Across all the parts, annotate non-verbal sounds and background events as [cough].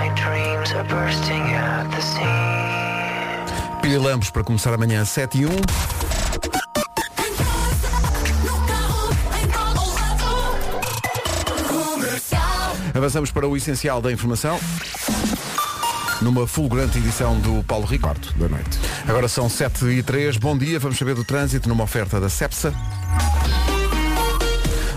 Storms are bursting at the seams. Pilamos para começar amanhã 7 e 1. Avançamos para o essencial da informação. Numa fulgurante edição do Paulo Ricardo. da noite. Agora são 7 e 3. Bom dia, vamos saber do trânsito numa oferta da CEPSA.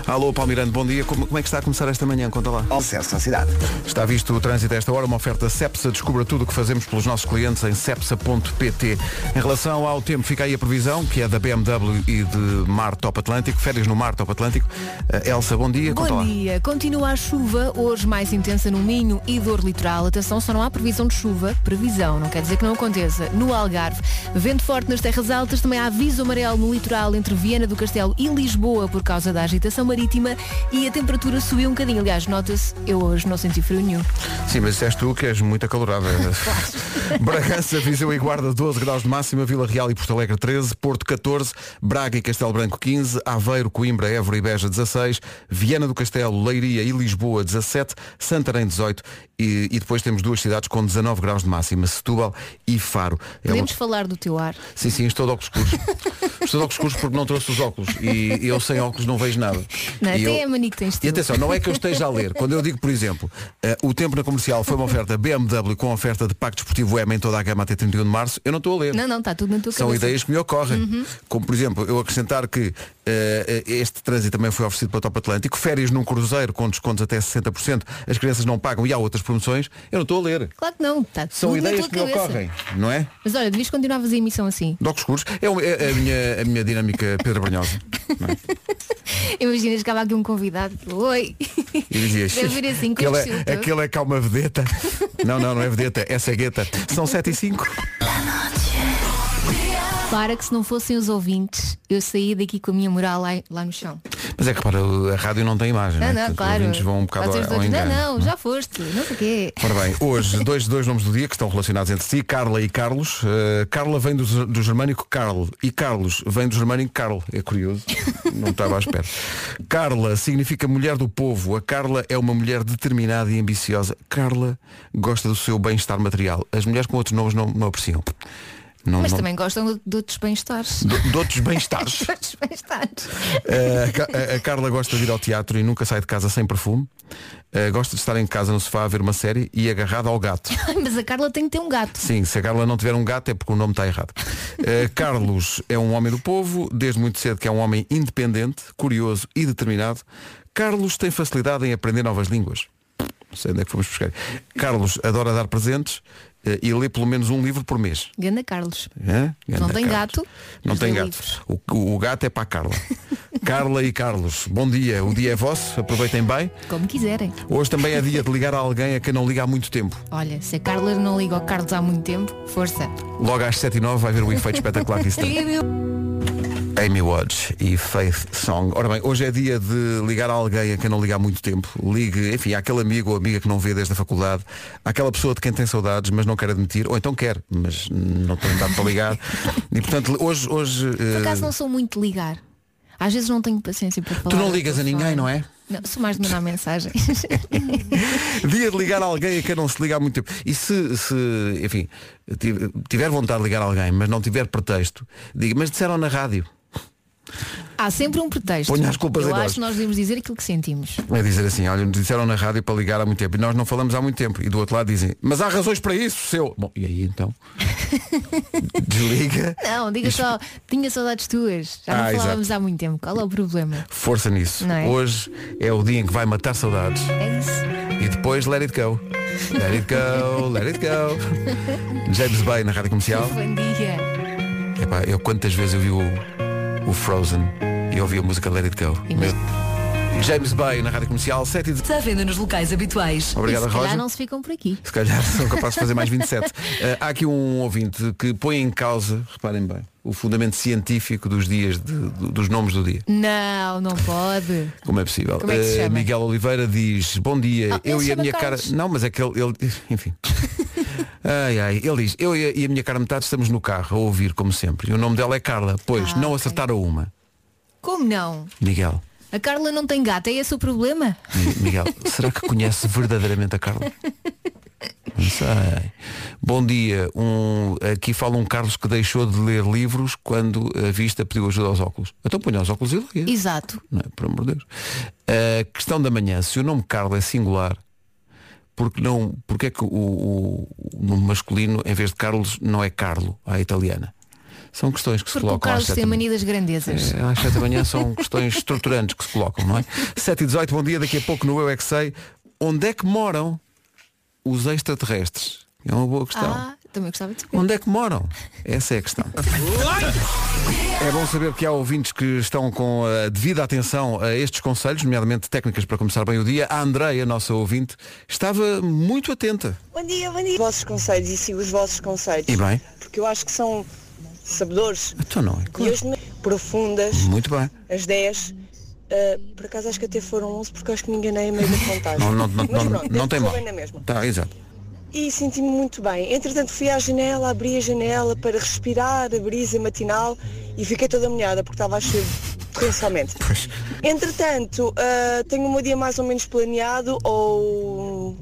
Alô, Palmeirante, bom dia. Como, como é que está a começar esta manhã? Conta lá. Acesso à cidade. Está visto o trânsito a esta hora, uma oferta CEPSA. Descubra tudo o que fazemos pelos nossos clientes em cepsa.pt. Em relação ao tempo, fica aí a previsão, que é da BMW e de Mar Top Atlântico. Férias no Mar Top Atlântico. Eh, Elsa, bom dia. Conta Bom lá. dia. Continua a chuva, hoje mais intensa no Minho e dor litoral. Atenção, só não há previsão de chuva. Previsão, não quer dizer que não aconteça. No Algarve, vento forte nas terras altas, também há aviso amarelo no litoral entre Viena do Castelo e Lisboa por causa da agitação marítima e a temperatura subiu um bocadinho. Aliás, nota-se, eu hoje não senti frio É nenhum. Sim, mas és tu que és muito [laughs] acalorada. Bragança, Viseu e Guarda 12 graus de máxima, Vila Real e Porto Alegre 13, Porto 14, Braga e Castelo Branco 15, Aveiro, Coimbra, Évora e Beja 16, Viana do Castelo, Leiria e Lisboa 17, Santarém 18 e, e depois temos duas cidades com 19 graus de máxima, Setúbal e Faro. É uma- Podemos falar do teu ar. Sim, sim, estou de óculos [laughs] escuros. estou de óculos escuros porque não trouxe os óculos e eu sem óculos não vejo nada. Não, E até eu- é a mania que tens tu. e atenção, não é que eu esteja a ler. Quando eu digo, por exemplo, eh, o tempo na comercial foi uma oferta BMW com oferta de Pacto Esportivo M em toda a gama até 31 de março, eu não estou a ler. Não, Uhum. não, está tudo na tua São cabeça. ideias que me ocorrem. Como, por exemplo, eu acrescentar que eh, este trânsito também foi oferecido pela Top Atlântico, férias num cruzeiro com descontos até 60%, as crianças não pagam e há outras promoções, eu não estou a ler. Claro que não, está São tudo ideias na tua que me cabeça. ocorrem, não é? Mas olha, devias continuar a fazer emissão assim. [laughs] Docos escuros. É, um- é a, minha, a minha dinâmica Pedro Brunhosa. não é? Imagina, chegava aqui um convidado. Oi. E dizias, Deve vir assim, com aquele, este filtro." é, aquele é cá uma [laughs] vedeta. não, não, não é vedeta, é cegueta. São 7 e 5. Para que se não fossem os ouvintes, eu saía daqui com a minha moral lá, lá no chão. Mas é que para a rádio não tem imagem. Não, né? Ah, Portanto, não, Os claro. ouvintes vão um bocado Vocês ao, ao todos, engano. não, não, já foste, não sei o quê. Ora bem, hoje dois, dois nomes do dia que estão relacionados entre si, Carla e Carlos. Uh, Carla vem do, ger- do germânico Carl e Carlos vem do germânico Carl. É curioso, não estava à espera. Carla significa mulher do povo. A Carla é uma mulher determinada e ambiciosa. Carla gosta do seu bem-estar material. As mulheres com outros nomes não, não apreciam. Não, Mas não- também gostam de, de outros bem-estares. Do- de outros bem-estares. De [laughs] outros bem-estares. [laughs] Eh, a Ca- a, a Carla gosta de ir ao teatro e nunca sai de casa sem perfume. Eh, gosta de estar em casa no sofá a ver uma série e agarrada ao gato. Ai, Mas a Carla tem que ter um gato. Sim, se a Carla não tiver um gato é porque o nome está errado. Eh, Carlos é um homem do povo, desde muito cedo que é um homem independente, curioso e determinado. Carlos tem facilidade em aprender novas línguas. Não sei onde é que fomos buscar. Carlos adora dar presentes eh, e lê pelo menos um livro por mês. Ganda Carlos. Hã? Não É? Ganda tem Carlos. gato, Não mas tem tem gato. livros. O, o- o gato é para a [laughs] Carla. Carla e Carlos, bom dia. O dia é vosso, aproveitem bem. Como quiserem. Hoje também é dia de ligar a alguém a quem não liga há muito tempo. Olha, se a Carla não liga ao Carlos há muito tempo, força. Logo às 7 e 09 vai ver o efeito espetacular que [laughs] isso tem. [laughs] Amy Watts e Faith Song. Ora bem, hoje é dia de ligar a alguém a quem não liga há muito tempo. Ligue, enfim, àquele amigo ou amiga que não vê desde a faculdade, àquela pessoa de quem tem saudades, mas não quer admitir, ou então quer, mas não tem dado para [laughs] ligar. E portanto, hoje. hoje Por acaso eh, não sou muito de ligar. Às vezes não tenho paciência para falar. Tu não ao ligas a telefone. ninguém, não é? Não, sou mais de mandar mensagens. [laughs] Dia de ligar a alguém a quem não se liga há muito tempo. E se, se, enfim, ti- tiver vontade de ligar a alguém, mas não tiver pretexto, diga, mas disseram na rádio. Há sempre um pretexto. Ponha as culpas Eu em nós. acho que nós devemos dizer aquilo que sentimos. É dizer assim, olha, nos disseram na rádio para ligar há muito tempo e nós não falamos há muito tempo. E do outro lado dizem, mas há razões para isso, seu. Bom, e aí [laughs] então? Desliga. Não, diga só, tinha saudades tuas. Já não Ah, falávamos há muito tempo. Qual é o problema? Força nisso. Não é? Hoje é o dia em que vai matar saudades. É isso. E depois let it go. Let it go, let it go. [laughs] James Bay na rádio comercial. Bom dia. Epá, eu quantas vezes eu vi o, o Frozen e ouvi a música Let It Go. Imagina. Meu- James Bay na Rádio Comercial, 7 e de... Está à venda nos locais habituais. Obrigado, e se Rosa. calhar não se ficam por aqui. Se calhar são capazes de fazer mais 27. [laughs] Eh, há aqui um ouvinte que põe em causa, reparem bem, o fundamento científico dos dias, de- do- dos nomes do dia. Não, não pode. Como é possível? Como é que se Eh, chama? Miguel Oliveira diz, bom dia, Ah, eu ele e a chama minha Carlos. cara. Não, mas é que ele. [laughs] ele- [laughs] Enfim. Ai, ai, ele diz, eu e a, e a minha cara metade estamos no carro a ouvir, como sempre. E o nome dela é Carla. Pois, Ah, não ok. acertaram uma. Como não? Miguel. A Carla não tem gato, é esse o problema? Mi- Miguel, será que conhece verdadeiramente a Carla? Não sei. Bom dia. Um, aqui fala um Carlos que deixou de ler livros quando a vista pediu ajuda aos óculos. Então punha os óculos e lia. Exato. Não é? Por amor de Deus. A questão da manhã, se o nome Carlos é singular, porque, não, porque é que o, o- o nome masculino, em vez de Carlos, não é Carlo, à italiana? São questões que se Porque o colocam às Carlos sete tem da manhã. mania das grandezas. É, Às 7 da manhã [laughs] são questões estruturantes que se colocam, não é? 7 e 18, bom dia, daqui a pouco no Eu É Que Sei. Onde é que moram os extraterrestres? É uma boa questão. Ah, também gostava de saber. Onde é que moram? Essa é a [laughs] questão. É bom saber que há ouvintes que estão com a devida atenção a estes conselhos, nomeadamente técnicas para começar bem o dia. A Andreia, nossa ouvinte, estava muito atenta. Bom dia, bom dia. Os vossos conselhos e sigo os vossos conselhos. E bem? Porque eu acho que são sabedores Então não é? e as profundas, Muito bem. as 10. uh, por acaso acho que até foram 11 porque acho que me enganei a meio da contagem. Não, não, não, Mas não, pronto, não tem correu mal. bem na mesma. Tá, exato. E senti-me muito bem. Entretanto fui à janela, abri a janela para respirar a brisa matinal e fiquei toda molhada porque estava a chover torrencialmente. Pois. Entretanto, ah, tenho o meu dia mais ou menos planeado ou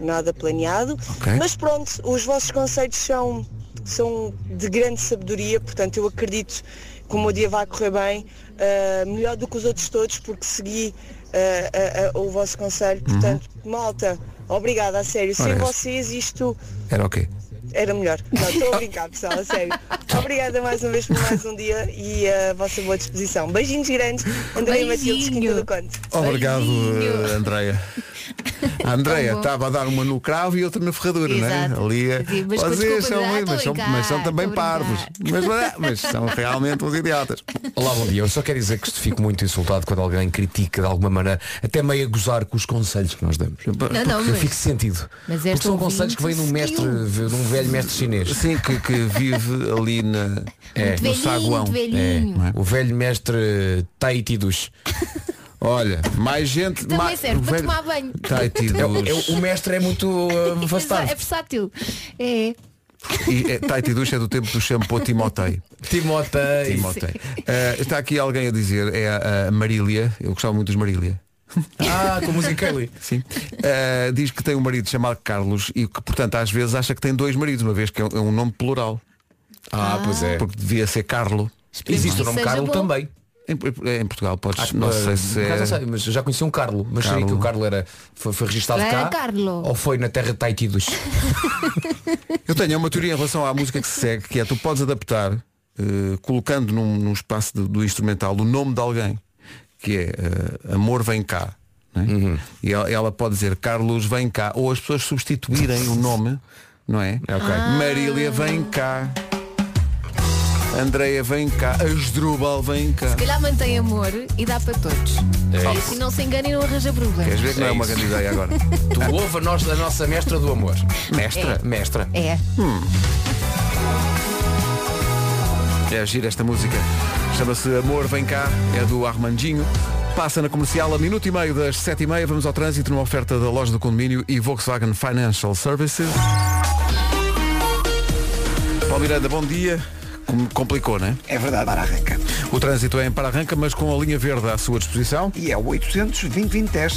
nada planeado. Ok. Mas pronto, os vossos conceitos são, são de grande sabedoria, portanto eu acredito que o meu dia vai correr bem, ah, melhor do que os outros todos, porque segui ah, ah, ah, o vosso conselho. Portanto, malta, obrigada, a sério. Sem Uhum. Ora, vocês isto Era o quê? era melhor. Não, estou a brincar, pessoal, a [laughs] sério. Obrigada mais uma vez por mais um dia e a vossa boa disposição. Beijinhos grandes. André Matilde, Quinta Beijinho. do Conte. Obrigado, Beijinho. eh, [laughs] Andreia. A Andreia Tão Tá estava bom. a dar uma no cravo e outra na ferradura, Exato. não é? Ali, Sim, mas com vocês desculpa, são, lindos, ah, tô mas, são, a brincar, mas são também tô a brincar. parvos. Mas, é, mas são realmente uns idiotas. Olá, bom dia. Eu só quero dizer que fico muito insultado quando alguém critica de alguma maneira, até meio a gozar com os conselhos que nós damos. Não, não, Eu mas- fico sentido. Mas é Porque este são ouvinte conselhos que vêm de um mestre, de um velho mestre chinês. Sim, que, que vive ali na, É. no velhinho, saguão. muito velhinho. não é? O velho mestre Tahiti Dush. Olha, mais gente. Também mais, serve o para tomar banho. Tahiti É o- Dush. é o- o mestre é [laughs] muito uh, É afastado. versátil. É. E, é, Tahiti Dush é do tempo do shampoo [laughs] Timotei. Timotei. Timotei. Eh, está aqui alguém a dizer, é a- a Marília, eu gostava muito dos Marília. Ah, com [laughs] música ali. Sim. Uh, diz que tem um marido chamado Carlos e que, portanto, às vezes acha que tem dois maridos, uma vez que é um, é um nome plural. Ah, pois é. Porque devia ser Carlo. Existe o que nome seja Carlo bom. também. Em, em- em Portugal podes. Acho que não eh, sei se por acaso é. não sei, mas eu já conheci um Carlo, mas seria Carlo. que o Carlo era, foi, foi registado Era cá é Carlo. É ou foi na terra de [laughs] Tahiti Dush. Eu tenho é uma teoria em relação à música que se segue, que é tu podes adaptar, eh, colocando num, num espaço do, do instrumental o nome de alguém, que é eh, Amor Vem Cá. não é? Uhum. E ela, ela pode dizer Carlos vem cá. Ou as pessoas substituírem o nome, não é? Ok. Marília vem cá. Andreia vem cá. Asdrubal vem cá. Se calhar mantém amor e dá para todos. É E se não se engana e não arranja Queres problemas. ver que não é, É uma isso. grande ideia agora? Tu ouve a, nós, a nossa mestra do amor. Mestra? Mestra. É. É gira esta música. Chama-se Amor Vem Cá, é do Armandinho. Passa na comercial a minuto e meio das sete e meia. Vamos ao trânsito numa oferta da loja do condomínio e Volkswagen Financial Services. Paulo Miranda, bom dia. Com- Complicou, né? É verdade, para arranca. O trânsito é em Pararranca, mas com a linha verde à sua disposição. E é o 800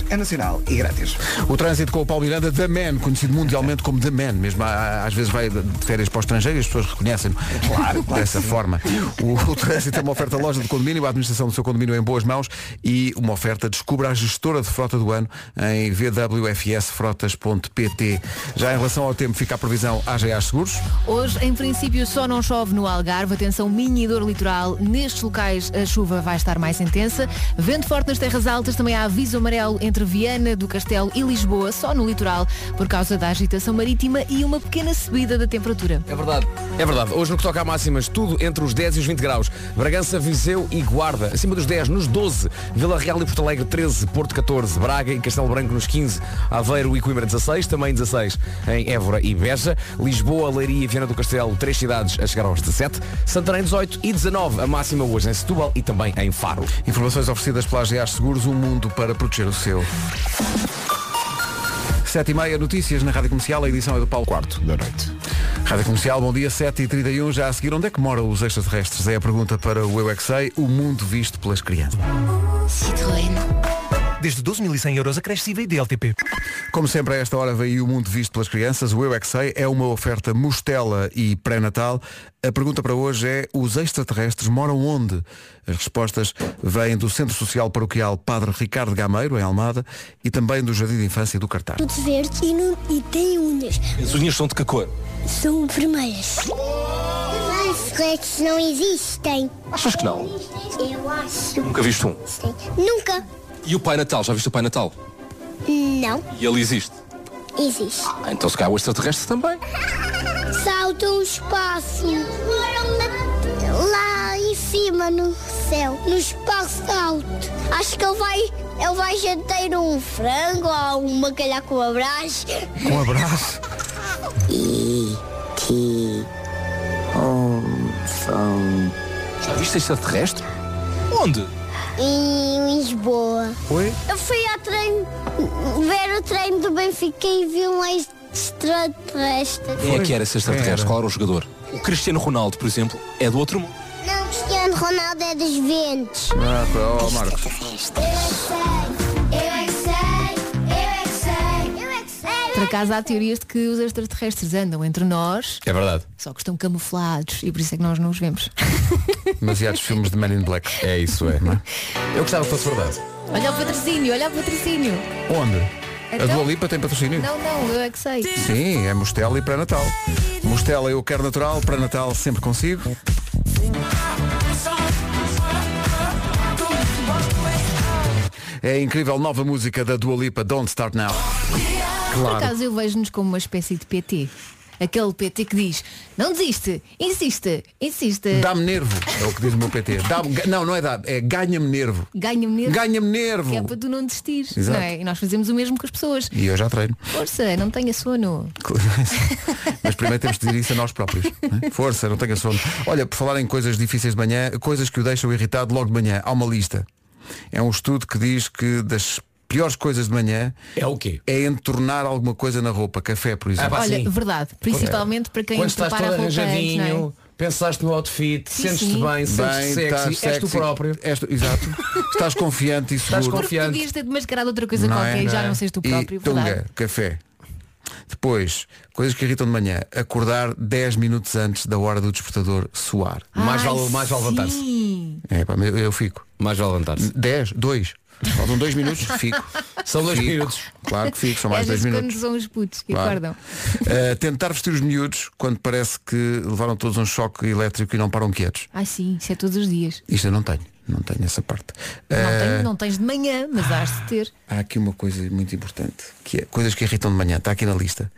é nacional e grátis. O trânsito com o Paulo Miranda, The Man, conhecido mundialmente como The Man, mesmo a- a- às vezes vai de férias para o estrangeiro e as pessoas reconhecem-no Claro, claro dessa que sim. forma. O, o trânsito é uma oferta loja de condomínio, a administração do seu condomínio em boas mãos e uma oferta descubra a gestora de frota do ano em vwfsfrotas.pt. Já em relação ao tempo fica a previsão AGA Seguros. Hoje, em princípio, só não chove no Algarve. Atenção, Minho e Dor Litoral. Nestes locais, a chuva vai estar mais intensa. Vento forte nas terras altas. Também há aviso amarelo entre Viana do Castelo e Lisboa, só no litoral, por causa da agitação marítima e uma pequena subida da temperatura. É verdade. É verdade. Hoje no que toca a máximas, tudo entre os 10 e os 20 graus. Bragança, Viseu e Guarda. Acima dos 10, nos 12. Vila Real e Porto Alegre, 13. Porto, 14. Braga e Castelo Branco, nos 15. Aveiro e Coimbra, 16. Também 16 em Évora e Beja. Lisboa, Leiria e Viana do Castelo, três cidades a chegar aos 17. Santarém, 18 e 19. A máxima hoje em Setúbal e também em Faro. Informações oferecidas pela AGA Seguros, um mundo para proteger o seu. Sete e meia, notícias na Rádio Comercial, a edição é do Paulo Quarto. Da noite. Rádio Comercial, bom dia, 7h31, já a seguir, onde é que moram os extraterrestres? É a pergunta para o Eu É Que Sei, o mundo visto pelas crianças. Desde 12.100 euros acrescível de LTP. Como sempre, a esta hora veio o mundo visto pelas crianças. O Eu É Que Sei é uma oferta mostela e pré-natal. A pergunta para hoje é, os extraterrestres moram onde? As respostas vêm do Centro Social Paroquial Padre Ricardo Gameiro, em Almada, e também do Jardim de Infância do Cartaz. Tudo verde e, não, e tem unhas. As unhas são de que cor? São vermelhas. Flash não existem. Achas que não? Eu acho. Nunca viste um. Nunca. E o Pai Natal? Já viste o Pai Natal? Não E ele existe. existe. Ah, então se calhar o extraterrestre também. Saltam o um espaço. Lá em cima no céu. No espaço alto. Acho que ele vai. Ele vai jantar um frango ou um bacalhau com abraço. Um abraço. Já viste extraterrestre? Onde? Em Lisboa. Oi? Eu fui ao treino ver o treino do Benfica e vi um extraterrestre. Quem é que era esse extraterrestre? Qual era o jogador? O Cristiano Ronaldo, por exemplo, é do outro mundo. Não, Cristiano Ronaldo é dos ventos. Ah, oh, Marcos. Eu é que sei, eu é que sei, eu é que sei, eu é que Por sei. acaso há teorias de que os extraterrestres andam entre nós, É verdade. só que estão camuflados e por isso é que nós não os vemos. Demasiados filmes de Men in Black. É isso, é. Eu gostava que fosse verdade. Olha o patrocínio, olha o patrocínio. Onde? A Então- Dua Lipa tem patrocínio? Não, não, eu é que sei. Sim, é Mostela e pré-natal. Mostela eu quero natural, pré-natal sempre consigo. É a incrível nova música da Dua Lipa, Don't Start Now. Por acaso eu vejo-nos como uma espécie de PT. Aquele PT que diz, não desiste, insiste, insiste, Dá-me nervo, é o que diz o meu PT. Dá-me ga- não, não é dá é ganha-me nervo. ganha-me nele, Ganha-me que é para nervo. tu não desistir. Exato. Não é? E nós fazemos o mesmo com as pessoas. E eu já treino. Força, não tenha sono. [laughs] Mas primeiro temos de dizer isso a nós próprios. não é? Força, não tenha sono. Olha, por falar em coisas difíceis de manhã, coisas que o deixam irritado logo de manhã, há uma lista. É um estudo que diz que das piores coisas de manhã É o quê? é entornar alguma coisa na roupa, café, por exemplo. Ah, pá, olha, sim. verdade, principalmente para quem Quando estás todo prepara a roupa antes, não é? arranjadinho, pensaste no outfit, Sim, sentes-te sim. bem, sentes-te estás sexy, és tu tá sexy, próprio. és tu- exato. Estás confiante e seguro. confiante, Porque podias ter mascarado outra coisa Não é, qualquer e já é? não seres tu E próprio, tunga, verdade? café. Depois, coisas que irritam de manhã, acordar 10 minutos antes da hora do despertador suar. Mais Ai, vale- mais vale levantar-se. sim. É, pá, eu, eu fico. Mais vale levantar-se. 10, 2. Faltam 2 minutos, [laughs] fico. São dois Fico. minutos. Claro que fico, são É mais às 2 vezes quando minutos. são os putos que Claro. acordam. Uh, tentar vestir os miúdos quando parece que levaram todos um choque elétrico e não param quietos. Ai sim, isso é todos os dias. Isto eu não tenho, não tenho essa parte. Não, Uh, tenho- não tens de manhã, mas hás de ter. Há aqui uma coisa muito importante, que é coisas que irritam de manhã, está aqui na lista.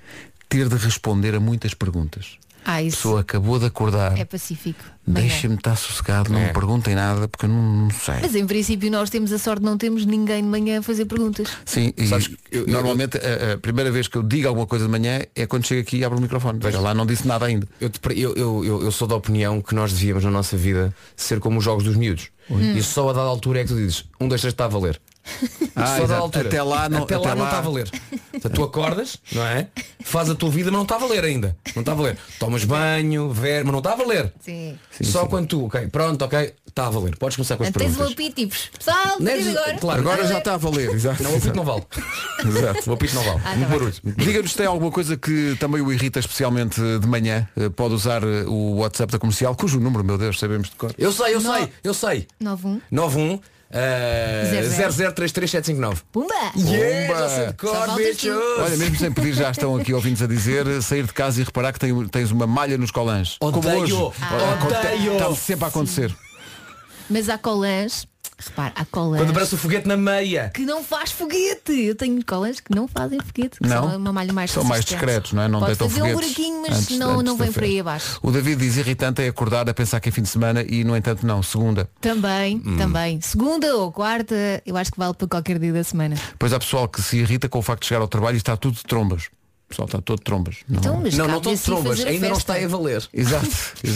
Ter de responder a muitas perguntas. Ah, A isso pessoa acabou de acordar, Ah. é pacífico. Manhã. deixa-me estar sossegado, É. não me perguntem nada porque eu não, não sei. Mas em princípio nós temos a sorte de não termos ninguém de manhã a fazer perguntas. Sim, e Sabes que eu- eu- normalmente a, a primeira vez que eu digo alguma coisa de manhã é quando chego aqui e abro o microfone. Veja lá, não disse nada ainda. Eu, te pre- eu, eu, eu- eu sou da opinião que nós devíamos na nossa vida ser como os jogos dos miúdos. Uhum. E só a dada altura é que tu dizes, um, dois, três está a valer. só a dada Ah, exato. altura. Até lá não- Até lá até não lá- está a valer. Portanto, tu acordas, não é? Faz a tua vida, mas não está a valer ainda. Não está a valer. Tomas banho, ver, mas não está a valer. Sim. só quando tu, ok, pronto, ok, está a valer. Podes começar com as Tens o perguntas. apito e pus, pessoal, Não é diz des- agora. claro. tá- Agora já está a [laughs] valer, exato. Não, o apito não vale. Exato. O apito não vale. Ah, tá Muito bem. barulho. Diga-nos se tem alguma coisa que também o irrita especialmente de manhã. Eh, Pode usar eh, o WhatsApp da comercial, cujo número, meu Deus, sabemos de cor. Eu sei, eu Não. sei, eu sei. 9-1. 91 uh, Zero, zero. 0033759. Pumba! Yeah, já sei de Só assim. cor, faltas tu. bichos. Olha, mesmo sem pedir, já estão aqui ouvintes a dizer eh, sair de casa e reparar que tem- um, tens uma malha nos colãs. Como Odeio. hoje. Ah. Odeio. Está sempre a acontecer. Mas há colãs, repara, há colãs Quando aparece o foguete na meia. que não faz foguete. Eu tenho colãs que não fazem foguete, que Não. são uma malha mais São mais resistente. discretos, não é? Não Pode deitam fazer um foguetes buraquinho, mas antes- não, antes não da vem por aí feira. abaixo. O David diz irritante é acordar a pensar que é fim de semana e, no entanto, não, segunda. Também, Hum. também. Segunda ou quarta, eu acho que vale para qualquer dia da semana. Depois há pessoal que se irrita com o facto de chegar ao trabalho e está tudo de trombas. O pessoal está todo de trombas. Não- Então, mas Não, cabe não estão de assim trombas, fazer a ainda não festa. está a valer. Exato,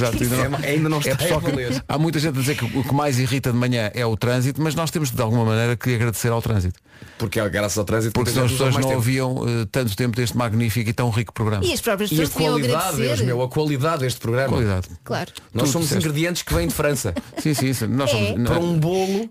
[laughs] exato. Ainda não, [laughs] É- ainda não está é pessoal a valer. que, Há muita gente a dizer que o que mais irrita de manhã é o trânsito, mas nós temos de alguma maneira que agradecer ao trânsito. Porque é graças ao trânsito. Porque senão as pessoas não ouviam eh, tanto tempo deste magnífico e tão rico programa. E as próprias E a pessoas deviam qualidade, Deus agradecer. meu, a qualidade deste programa. Qualidade. Claro. Nós Tu somos disseste. ingredientes que vêm de França. Sim, sim, sim. Nós somos, É. [laughs] não- Para um bolo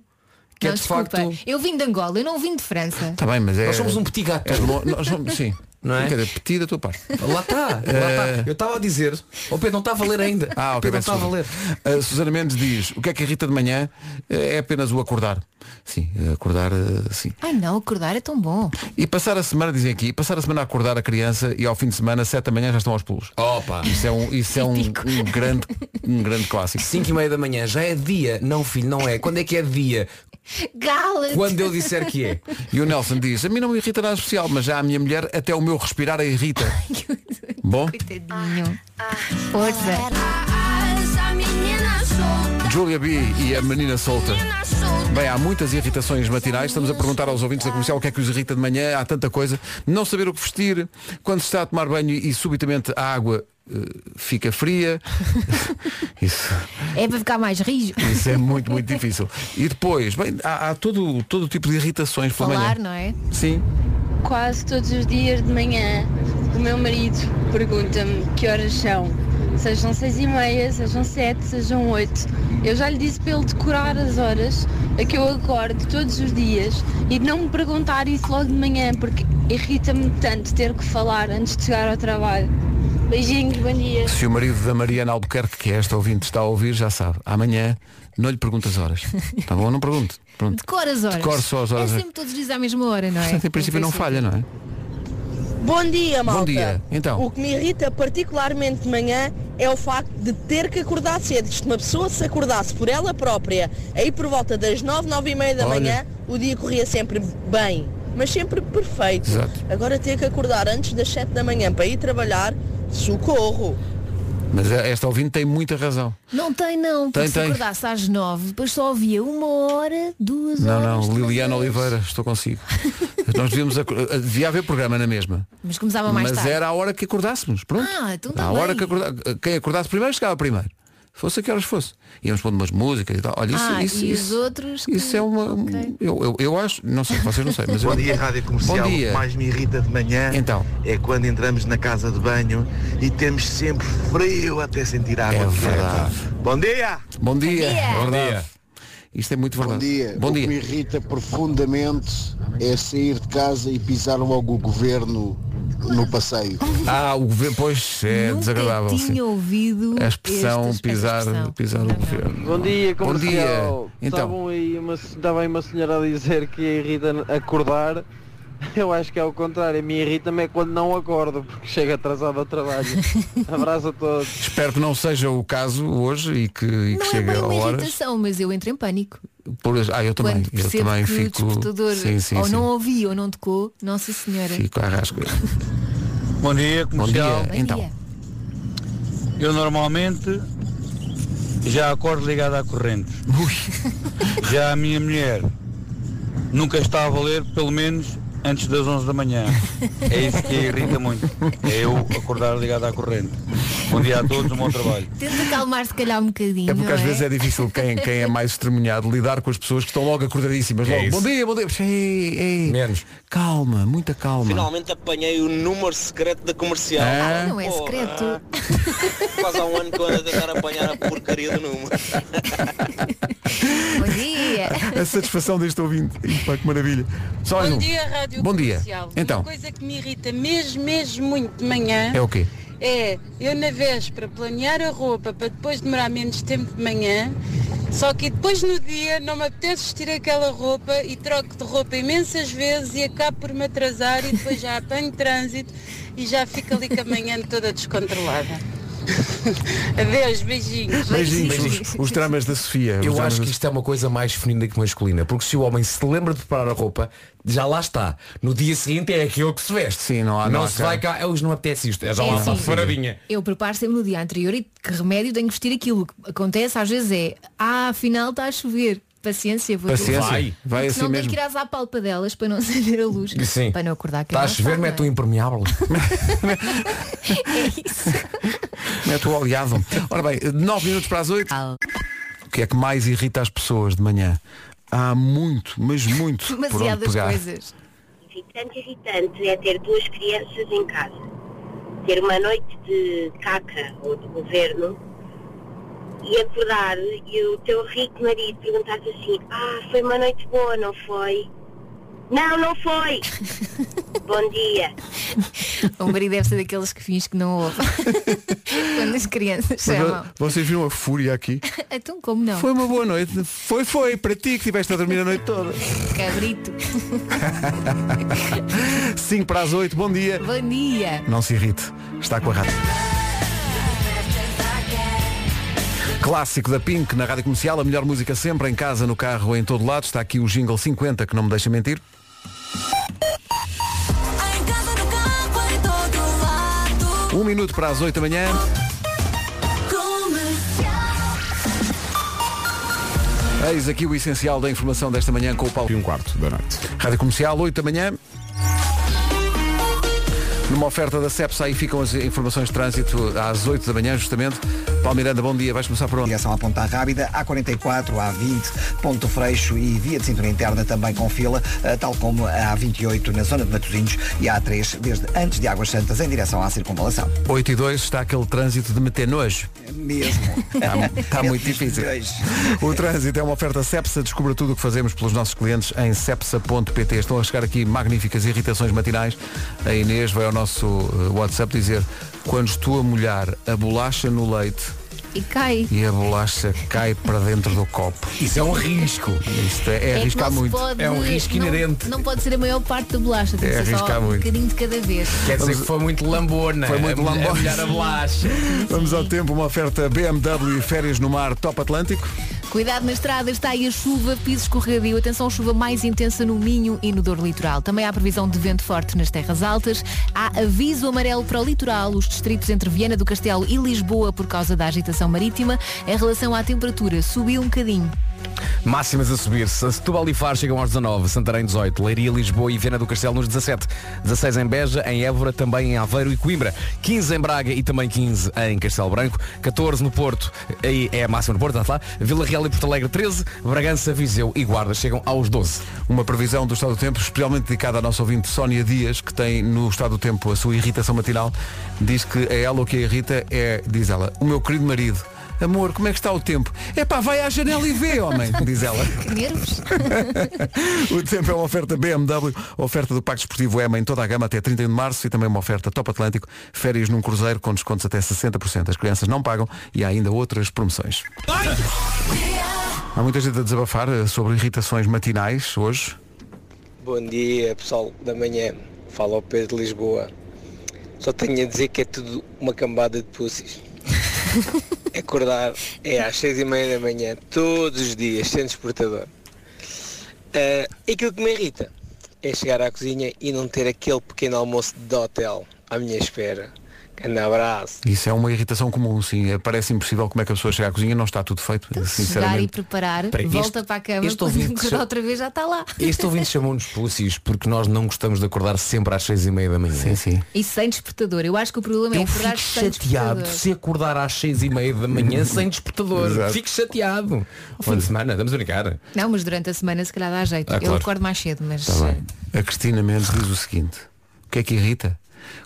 que não, é de desculpa. facto. Eu vim de Angola, eu não vim de França. Está bem, mas é. Nós somos um petit gato. é de lo- nós somos- sim. Não é? Quer dizer, petit da tua parte. Lá está, [laughs] lá está. Eu estava a dizer, o Pedro não está a valer ainda. É. Ah, O ok. Pedro não peço está a valer. desculpa. A Susana Mendes diz, o que é que irrita de manhã eh, é apenas o acordar. Sim, acordar, eh, sim. Ai não, acordar é tão bom. E passar a semana, dizem aqui, passar a semana a acordar a criança e ao fim de semana, sete da manhã, já estão aos pulos. Opa! Isso é um, isso é um, um grande, um grande clássico. 5 e meia da manhã, já é dia. Não, filho, não é. Quando é que é dia? [laughs] Gala! Quando eu disser que é. E o Nelson diz, a mim não me irrita nada especial, mas já a minha mulher, até o meu respirar a irrita. Bom, Coitadinho. Força. Julia B e a menina solta. Bem, há muitas irritações matinais. Estamos a perguntar aos ouvintes da comercial o que é que os irrita de manhã. Há tanta coisa. Não saber o que vestir, quando se está a tomar banho e subitamente a água eh, fica [laughs] fria. Isso, É para ficar mais rijo. isso é muito, muito difícil. E depois, bem, há, há todo, todo tipo de irritações pela Falar, manhã. não é? Sim. Quase todos os dias de manhã, o meu marido pergunta-me que horas são. Sejam seis e meia, sejam sete, sejam oito. Eu já lhe disse para ele decorar as horas a que eu acordo todos os dias e não me perguntar isso logo de manhã, porque irrita-me tanto ter que falar antes de chegar ao trabalho. Beijinhos, bom dia. Se o marido da Mariana Albuquerque, que é esta ouvinte, está a ouvir, já sabe. Amanhã não lhe pergunto as horas. Tá bom? Não pergunte. Pronto. Decora as horas. Decoro só as horas. É sempre todos dizem à mesma hora, não é? Portanto, em princípio não falha, não é? Bom dia, malta. dia. Então. O que me irrita particularmente de manhã é o facto de ter que acordar cedo. Se uma pessoa se acordasse por ela própria, aí por volta das 9, 9 e meia da Olha. manhã, o dia corria sempre bem, mas sempre perfeito. Exato. Agora ter que acordar antes das 7 da manhã para ir trabalhar, socorro. Mas eh, esta ouvinte tem muita razão. Não tem não, porque Tem, se tem. acordasse às nove, depois só havia uma hora, duas Não, horas. não, três Liliana horas. Oliveira, estou consigo. Nós devíamos. ac- eh, Devia haver programa na mesma. Mas começava mais mas tarde. era a hora que acordássemos, pronto. Ah, então tá a hora bem. que acorda... quem acordasse primeiro chegava primeiro. Fosse a que horas fosse. Íamos pondo umas músicas e tal. Olha, isso, Ah, isso, e os isso, outros que- isso é uma. Ok. Eu, eu, eu acho, não sei, vocês não sei, mas eu. Bom dia, Rádio Comercial. Bom O dia. que mais me irrita de manhã Então. é quando entramos na casa de banho e temos sempre frio até sentir a água. É quente. verdade. Bom dia! Bom dia. dia. É Bom verdade. Isto é muito verdade. Bom dia. irrita profundamente é sair de casa e pisar logo o governo no passeio. Ah, o governo, pois é Nunca desagradável. tinha sim. ouvido A expressão estas- esta pisar, expressão. pisar Não, o não. governo. Bom dia, Bom comercial. dia. Então. Estavam aí uma, estava aí uma senhora a dizer que irrita acordar. Eu acho que é o contrário. Me irrita-me é quando não acordo, porque chego atrasado ao trabalho. Abraço a todos. Espero que não seja o caso hoje e que, e que Não é chegue bem a uma horas. irritação, mas eu entro em pânico. Por- ah, eu também, Quando eu percebo também que fico. o despertador Sim, sim, ou sim. não ouvi ou não tocou, nossa senhora. Fico à rasca. Bom dia, Bom dia. Bom Então, dia. Eu normalmente já acordo ligado à corrente. [laughs] Já a minha mulher nunca está a valer, pelo menos antes das 11 da manhã. É isso que a irrita muito. É eu acordar ligado à corrente. Bom dia a todos, um bom trabalho. Tenta calmar se calhar um bocadinho. é porque não às vezes é difícil quem, quem é mais estremunhado lidar com as pessoas que estão logo acordadíssimas. Logo, bom dia, bom dia. Ei, ei. É Menos. Calma, muita calma. Finalmente apanhei o número secreto da comercial. Ah, Não é secreto. Quase há um ano que eu ando a tentar apanhar a porcaria do número. Bom dia. a satisfação deste ouvinte. Pá, que maravilha. Só mais Bom um. dia, Rádio Bom dia. Comercial. Então. Uma coisa que me irrita mesmo, mesmo muito de manhã É o quê? é eu na véspera planear a roupa para depois demorar menos tempo de manhã, só que depois no dia não me apetece vestir aquela roupa e troco de roupa imensas vezes e acabo por me atrasar e depois já apanho trânsito e já fico ali com a manhã toda descontrolada. Adeus, beijinhos. Beijinhos, Os, os dramas da Sofia. os Eu dramas acho da que isto é uma coisa mais feminina que masculina, porque se o homem se lembra de preparar a roupa, já lá está. No dia seguinte é aquilo que se veste. Sim, não há- Não, não há se cara. vai cá, eu hoje não apetece isto. É já É lá uma assim. faradinha. Eu preparo sempre no dia anterior e que remédio tenho que vestir aquilo. O que acontece às vezes é, ah, afinal está a chover. Paciência, vou ter que- Paciência. Vai, Vai. vai Porque assim senão mesmo. tenho que ir às apalpadelas para não [laughs] acender a luz. Sim. Para não acordar que Está a chover, mete um impermeável. É isso. Mete o oleado. Ora bem, 9 minutos para as 8. O que é que mais irrita as pessoas de manhã? Há muito, mas muito por onde Demasiadas pegar. coisas. irritante, irritante é ter duas crianças em casa. Ter uma noite de caca ou de governo e acordar e o teu rico marido perguntar-te assim, ah, foi uma noite boa, não foi? Não, não foi! Bom dia! O marido deve ser daqueles que finge que não [laughs] ouve. Quando as crianças Mas vo- chamam. vocês viram a fúria aqui? Então como não? Foi uma boa noite. Foi, foi, para ti que estiveste a dormir a noite toda. Cabrito. 5 para as 8, bom dia. Bom dia. Não se irrite, está com a rádio. Clássico da Pink na Rádio Comercial, a melhor música sempre, em casa, no carro, em todo lado. Está aqui o Jingle 50, que não me deixa mentir. Um minuto para as 8 da manhã. Eis aqui o essencial da informação desta manhã com o Paulo. E um quarto da noite. Rádio Comercial, 8 da manhã. Numa oferta da CEPSA, aí ficam as informações de trânsito às 8 da manhã, justamente. Paulo Miranda, bom dia. Vais começar por onde? Direção à Ponta Rábida, A44, A20, Ponto Freixo e via de cintura interna também com fila, eh, tal como a A28 na zona de Matosinhos e a A3 desde antes de Águas Santas em direção à circunvalação. 8 e 2 está aquele trânsito de meter nojo. Mesmo. Tá Está, está muito difícil. O trânsito é uma oferta CEPSA. Descubra tudo o que fazemos pelos nossos clientes em cepsa.pt. Estão a chegar aqui magníficas irritações matinais. A Inês vai ao nosso eh, WhatsApp dizer quando estou a molhar a bolacha no leite E cai. e a bolacha cai para dentro do copo. Isso é um risco. um Isto é, é, que arriscar não se muito. pode- não- Não, pode ser a maior parte da bolacha, tem É que ser só arriscar um muito. bocadinho de cada vez. Quer dizer que foi muito lambona. Foi muito a mulher- lambona. A mulher a bolacha. Vamos ao tempo, uma oferta BMW e férias no mar Top Atlântico. Cuidado na estrada, está aí a chuva, piso escorregadio. Atenção, chuva mais intensa no Minho e no Douro Litoral. Também há previsão de vento forte nas terras altas. Há aviso amarelo para o litoral, os distritos entre Viana do Castelo e Lisboa por causa da agitação marítima. Em relação à temperatura, subiu um bocadinho. Máximas a subir-se. A Setúbal e Faro chegam aos 19, Santarém 18, Leiria, Lisboa e Viana do Castelo nos 17, 16 em Beja, em Évora, também em Aveiro e Coimbra, 15 em Braga e também 15 em Castelo Branco, 14 no Porto, aí é a máxima no Porto, está lá, Vila Real e Porto Alegre 13, Bragança, Viseu e Guarda chegam aos 12. Uma previsão do estado do tempo especialmente dedicada à nossa ouvinte Sónia Dias, que tem no estado do tempo a sua irritação matinal. Diz que a ela o que a irrita é, diz ela, o meu querido marido. Amor, como é que está o tempo? É pá, vai à janela e vê, homem, [laughs] diz ela. [laughs] Nervos? O tempo é uma oferta BMW, oferta do Pacto Esportivo EMA em toda a gama até 31 de março e também uma oferta Top Atlântico, férias num cruzeiro com descontos até 60%. As crianças não pagam e há ainda outras promoções. Há muita gente a desabafar eh, sobre irritações matinais hoje. Bom dia pessoal da manhã, fala ao Pedro de Lisboa. Só tenho a dizer que é tudo uma cambada de [laughs] pussies. Acordar é às seis e meia da manhã, todos os dias, sem despertador. Ah, E aquilo que me irrita é chegar à cozinha e não ter aquele pequeno almoço de hotel à minha espera. Grande abraço. Isso é uma irritação comum, sim. Eh, Parece impossível como é que a pessoa chega à cozinha e não está tudo feito, Então, Chegar e sinceramente. preparar, Espera aí, volta este- para a cama, este quando ouvinte- acordar outra vez já está lá. Este ouvinte chamou-nos pussies porque nós não gostamos de acordar sempre às 6 e meia da manhã. Sim, sim. E sem despertador. Eu acho que o problema é Eu acordar fico sem chateado despertador. se acordar às 6 e meia da manhã sem despertador. Exato. Fico chateado. Ao fim de semana, estamos a brincar. Não, mas durante a semana se calhar dá jeito. Ah, Eu claro. acordo mais cedo, mas. Está Tá bem. A Cristina Mendes diz o seguinte. O que é que irrita?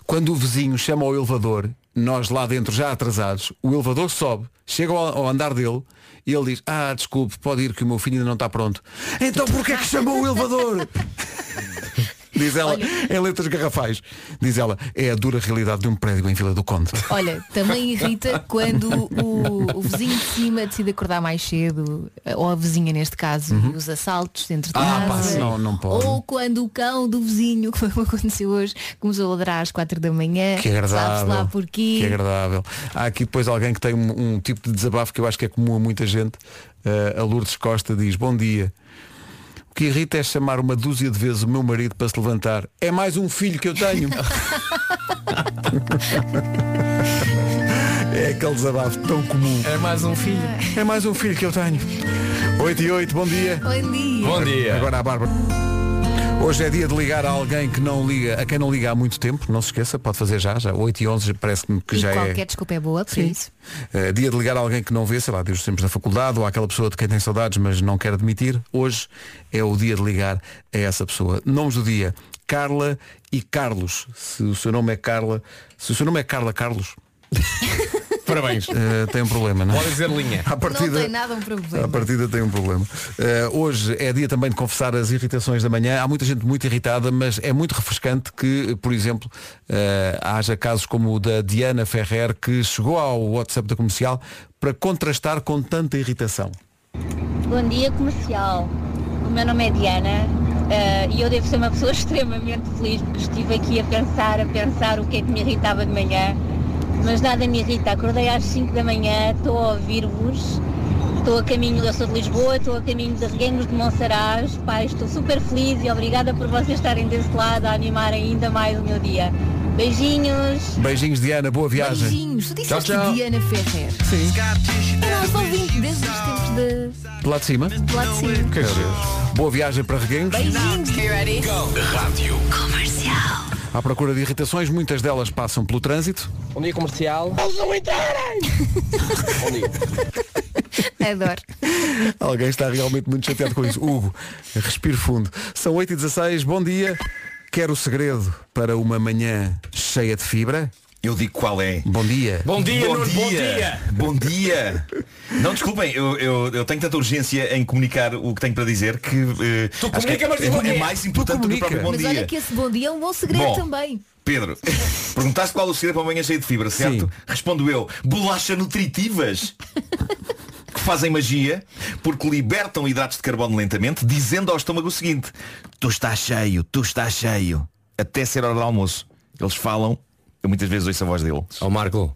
Quando o vizinho chama ao elevador, nós lá dentro já atrasados, o elevador sobe, chega ao ao andar dele e ele diz, ah, desculpe, pode ir que o meu filho ainda não está pronto. Então porquê é que chamou o elevador? [laughs] Diz ela, em letras garrafais, diz ela, é a dura realidade de um prédio em Vila do Conde. Olha, também [laughs] irrita quando o, o vizinho de cima decide acordar mais cedo, eh, ou a vizinha neste caso, e os assaltos dentro de Uhum. Ah, casa. pá, sim. Não, não pode. Ou quando o cão do vizinho, [laughs] como aconteceu hoje, começou a ladrar às quatro da manhã. Que É, é Sabes agradável. lá Que é porquê. agradável. Há aqui depois alguém que tem um, um tipo de desabafo que eu acho que é comum a muita gente. Eh, a Lourdes Costa diz, bom dia. O que irrita é chamar uma dúzia de vezes o meu marido para se levantar. É mais um filho que eu [laughs] tenho. é aquele desabafo tão comum. É mais um filho. É mais um filho que eu tenho. 8 e 8, bom dia. Bom dia. Agora a Bárbara. Hoje é dia de ligar a alguém que não liga, a quem não liga há muito tempo, não se esqueça, pode fazer já, já 8 e 11 parece-me que e já qualquer é desculpa é boa, por isso. eh, dia de ligar a alguém que não vê, sei lá, desde os tempos da faculdade, ou àquela pessoa de quem tem saudades, mas não quer admitir. Hoje é o dia de ligar a essa pessoa. Nomes do dia, Carla e Carlos. Se o seu nome é Carla, se o seu nome é Carla Carlos, [laughs] Parabéns. Eh, tem um problema, não é? Pode dizer linha. À partida, Não tem nada um problema. à partida tem um problema. Eh, hoje é dia também de confessar as irritações da manhã. Há muita gente muito irritada, mas é muito refrescante que, por exemplo, eh, haja casos como o da Diana Ferrer, que chegou ao WhatsApp da comercial para contrastar com tanta irritação. Bom dia comercial. O meu nome é Diana eh, e eu devo ser uma pessoa [laughs] extremamente feliz porque estive aqui a pensar, a pensar o que é que me irritava de manhã, mas nada me irrita. Acordei às 5 da manhã, estou a ouvir-vos, estou a caminho, eu sou de Lisboa, estou a caminho de Reguengos de Monsaraz, pai, estou super feliz e obrigada por vocês estarem desse lado a animar ainda mais o meu dia. Beijinhos! Beijinhos, Diana, boa viagem. Beijinhos. Tu Tchau, disseste tchau. Diana Ferrer. Sim. É nosso ouvinte desde os tempos de, De lá de cima. de lá de cima. Meu Deus. Boa viagem para Reguengos. é Beijinhos. Rádio Comercial. À procura de irritações, muitas delas passam pelo trânsito. Bom dia comercial. Adoro. Alguém está realmente muito chateado com isso. Hugo, respire fundo. São 8 e 16 bom dia. Quer o segredo para uma manhã cheia de fibra? Eu digo qual é. Bom dia. Bom dia, bom dia. Bom dia. Não, desculpem, eu, eu, eu tenho tanta urgência em comunicar o que tenho para dizer que, eh, Tu acho que comunica, mas diz bom é, é dia. mais importante do que o próprio bom Mas dia. olha que esse bom dia é um bom segredo Bom. também. Pedro, perguntaste qual o segredo para uma manhã cheia de fibra, certo? Respondo eu, bolachas nutritivas. Que fazem magia porque libertam hidratos de carbono lentamente, dizendo ao estômago o seguinte, tu estás cheio, tu estás cheio, até ser hora do almoço. Eles falam, eu muitas vezes ouço a voz dele. Ó Marco,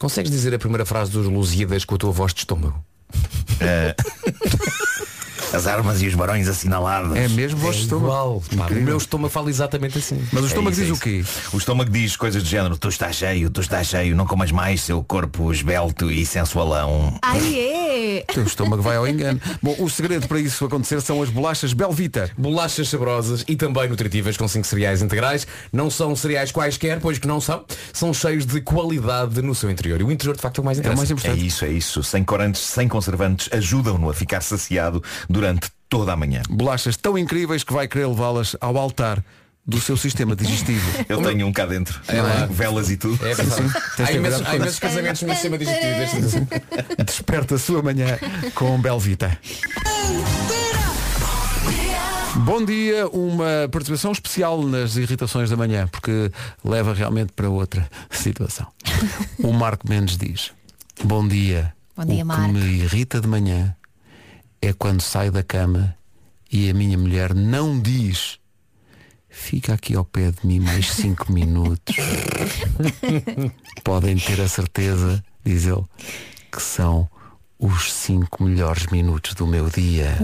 consegues dizer a primeira frase dos Lusíadas com a tua voz de estômago? Eh, As armas e os barões assinalados. É mesmo voz de estômago? Incrível. o meu estômago fala exatamente assim. É isso, é isso. O estômago diz coisas do género, tu estás cheio, tu estás "Tá cheio, não comas mais, seu corpo esbelto e sensualão. Ai é! O estômago vai ao engano. Bom, o segredo para isso acontecer são as bolachas Belvita. Bolachas saborosas e também nutritivas com 5 cereais integrais. Não são cereais quaisquer, pois que não são. São cheios de qualidade no seu interior. E o interior, de facto, é o mais É, interessante. isso, é isso. Sem corantes, sem conservantes, ajudam-no a ficar saciado durante toda a manhã. Bolachas tão incríveis que vai querer levá-las ao altar do seu sistema digestivo. Eu tenho um cá dentro. lá. Velas e tudo. Sim, sim. Tens É, Há que cuidar imensos, há com imensos isso. casamentos no sistema digestivo. deste- [laughs] Desperta a sua manhã com Belvita. Bom dia, uma participação especial nas irritações da manhã, porque leva realmente para outra [laughs] situação. O Marco Mendes diz, bom dia. Bom dia, o Marco." que me irrita de manhã é quando saio da cama e a minha mulher não diz, fica aqui ao pé de mim mais [laughs] cinco minutos. Podem ter a certeza, diz ele, que são os cinco melhores minutos do meu dia.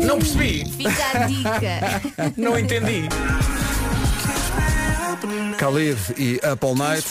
Não percebi. Fica a dica. Não entendi. Khalid e Up All Night.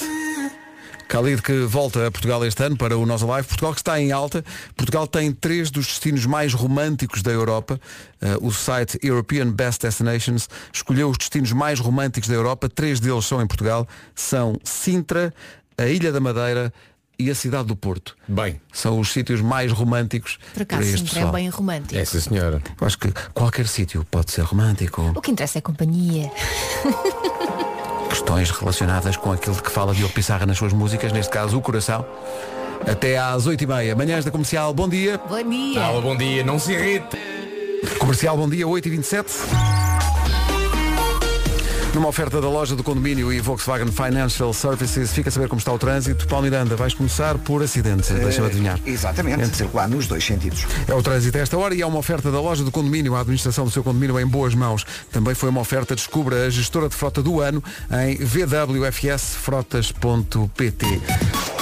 Khalid que volta a Portugal este ano para o Nós Alive. Portugal que está em alta. Portugal tem três dos destinos mais românticos da Europa. Eh, o site European Best Destinations escolheu os destinos mais românticos da Europa. Três deles são em Portugal. São Sintra, a Ilha da Madeira e a cidade do Porto. Bem. São os sítios mais românticos [laughs] Por para acaso este sempre é pessoal. assim. bem romântico. sim, senhora. Eu acho que qualquer sítio pode ser romântico. O que interessa é a companhia. questões relacionadas com aquilo de que fala Diogo Pissarra nas suas músicas, neste caso o coração. Até às 8h30, manhãs da comercial, bom dia. Bom dia. Fala, bom dia, não se irrite. Comercial, bom dia, 8h27. Numa oferta da loja do condomínio e Volkswagen Financial Services, fica a saber como está o trânsito. Paulo Miranda, vais começar por acidente, deixa-me adivinhar. Eh, Exatamente, circular nos dois sentidos. É o trânsito a esta hora e é uma oferta da loja do condomínio, a administração do seu condomínio é em boas mãos. Também foi uma oferta, descubra a gestora de frota do ano em vwfsfrotas.pt.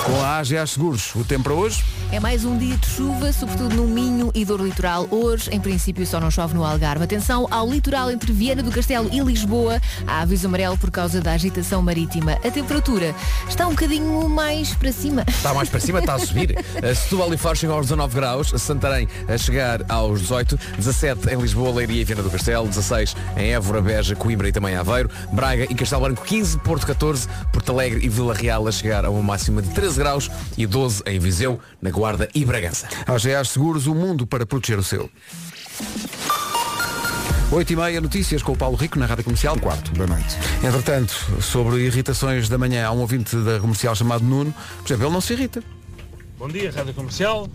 Com a AGA Seguros, o tempo para hoje? É mais um dia de chuva, sobretudo no Minho e Douro Litoral. Hoje, em princípio, só não chove no Algarve. Atenção ao litoral entre Viana do Castelo e Lisboa. Há aviso amarelo por causa da agitação marítima. A temperatura está um bocadinho mais para cima. Está mais para cima, está a subir. A Setúbal e Faro chegam aos 19 graus, Santarém a chegar aos 18, 17 em Lisboa, Leiria e Viana do Castelo, 16 em Évora, Beja, Coimbra e também Aveiro, Braga e Castelo Branco 15, Porto 14, Porto Alegre e Vila Real a chegar a uma máxima de 13 graus e 12 em Viseu, na Guarda e Bragança. AGA Seguros, o mundo para proteger o seu. 8 e meia, notícias com o Paulo Rico na Rádio Comercial. Quarto da noite. Entretanto, sobre irritações da manhã, há um ouvinte da comercial chamado Nuno. Por exemplo, ele não se irrita. Bom dia, Rádio Comercial.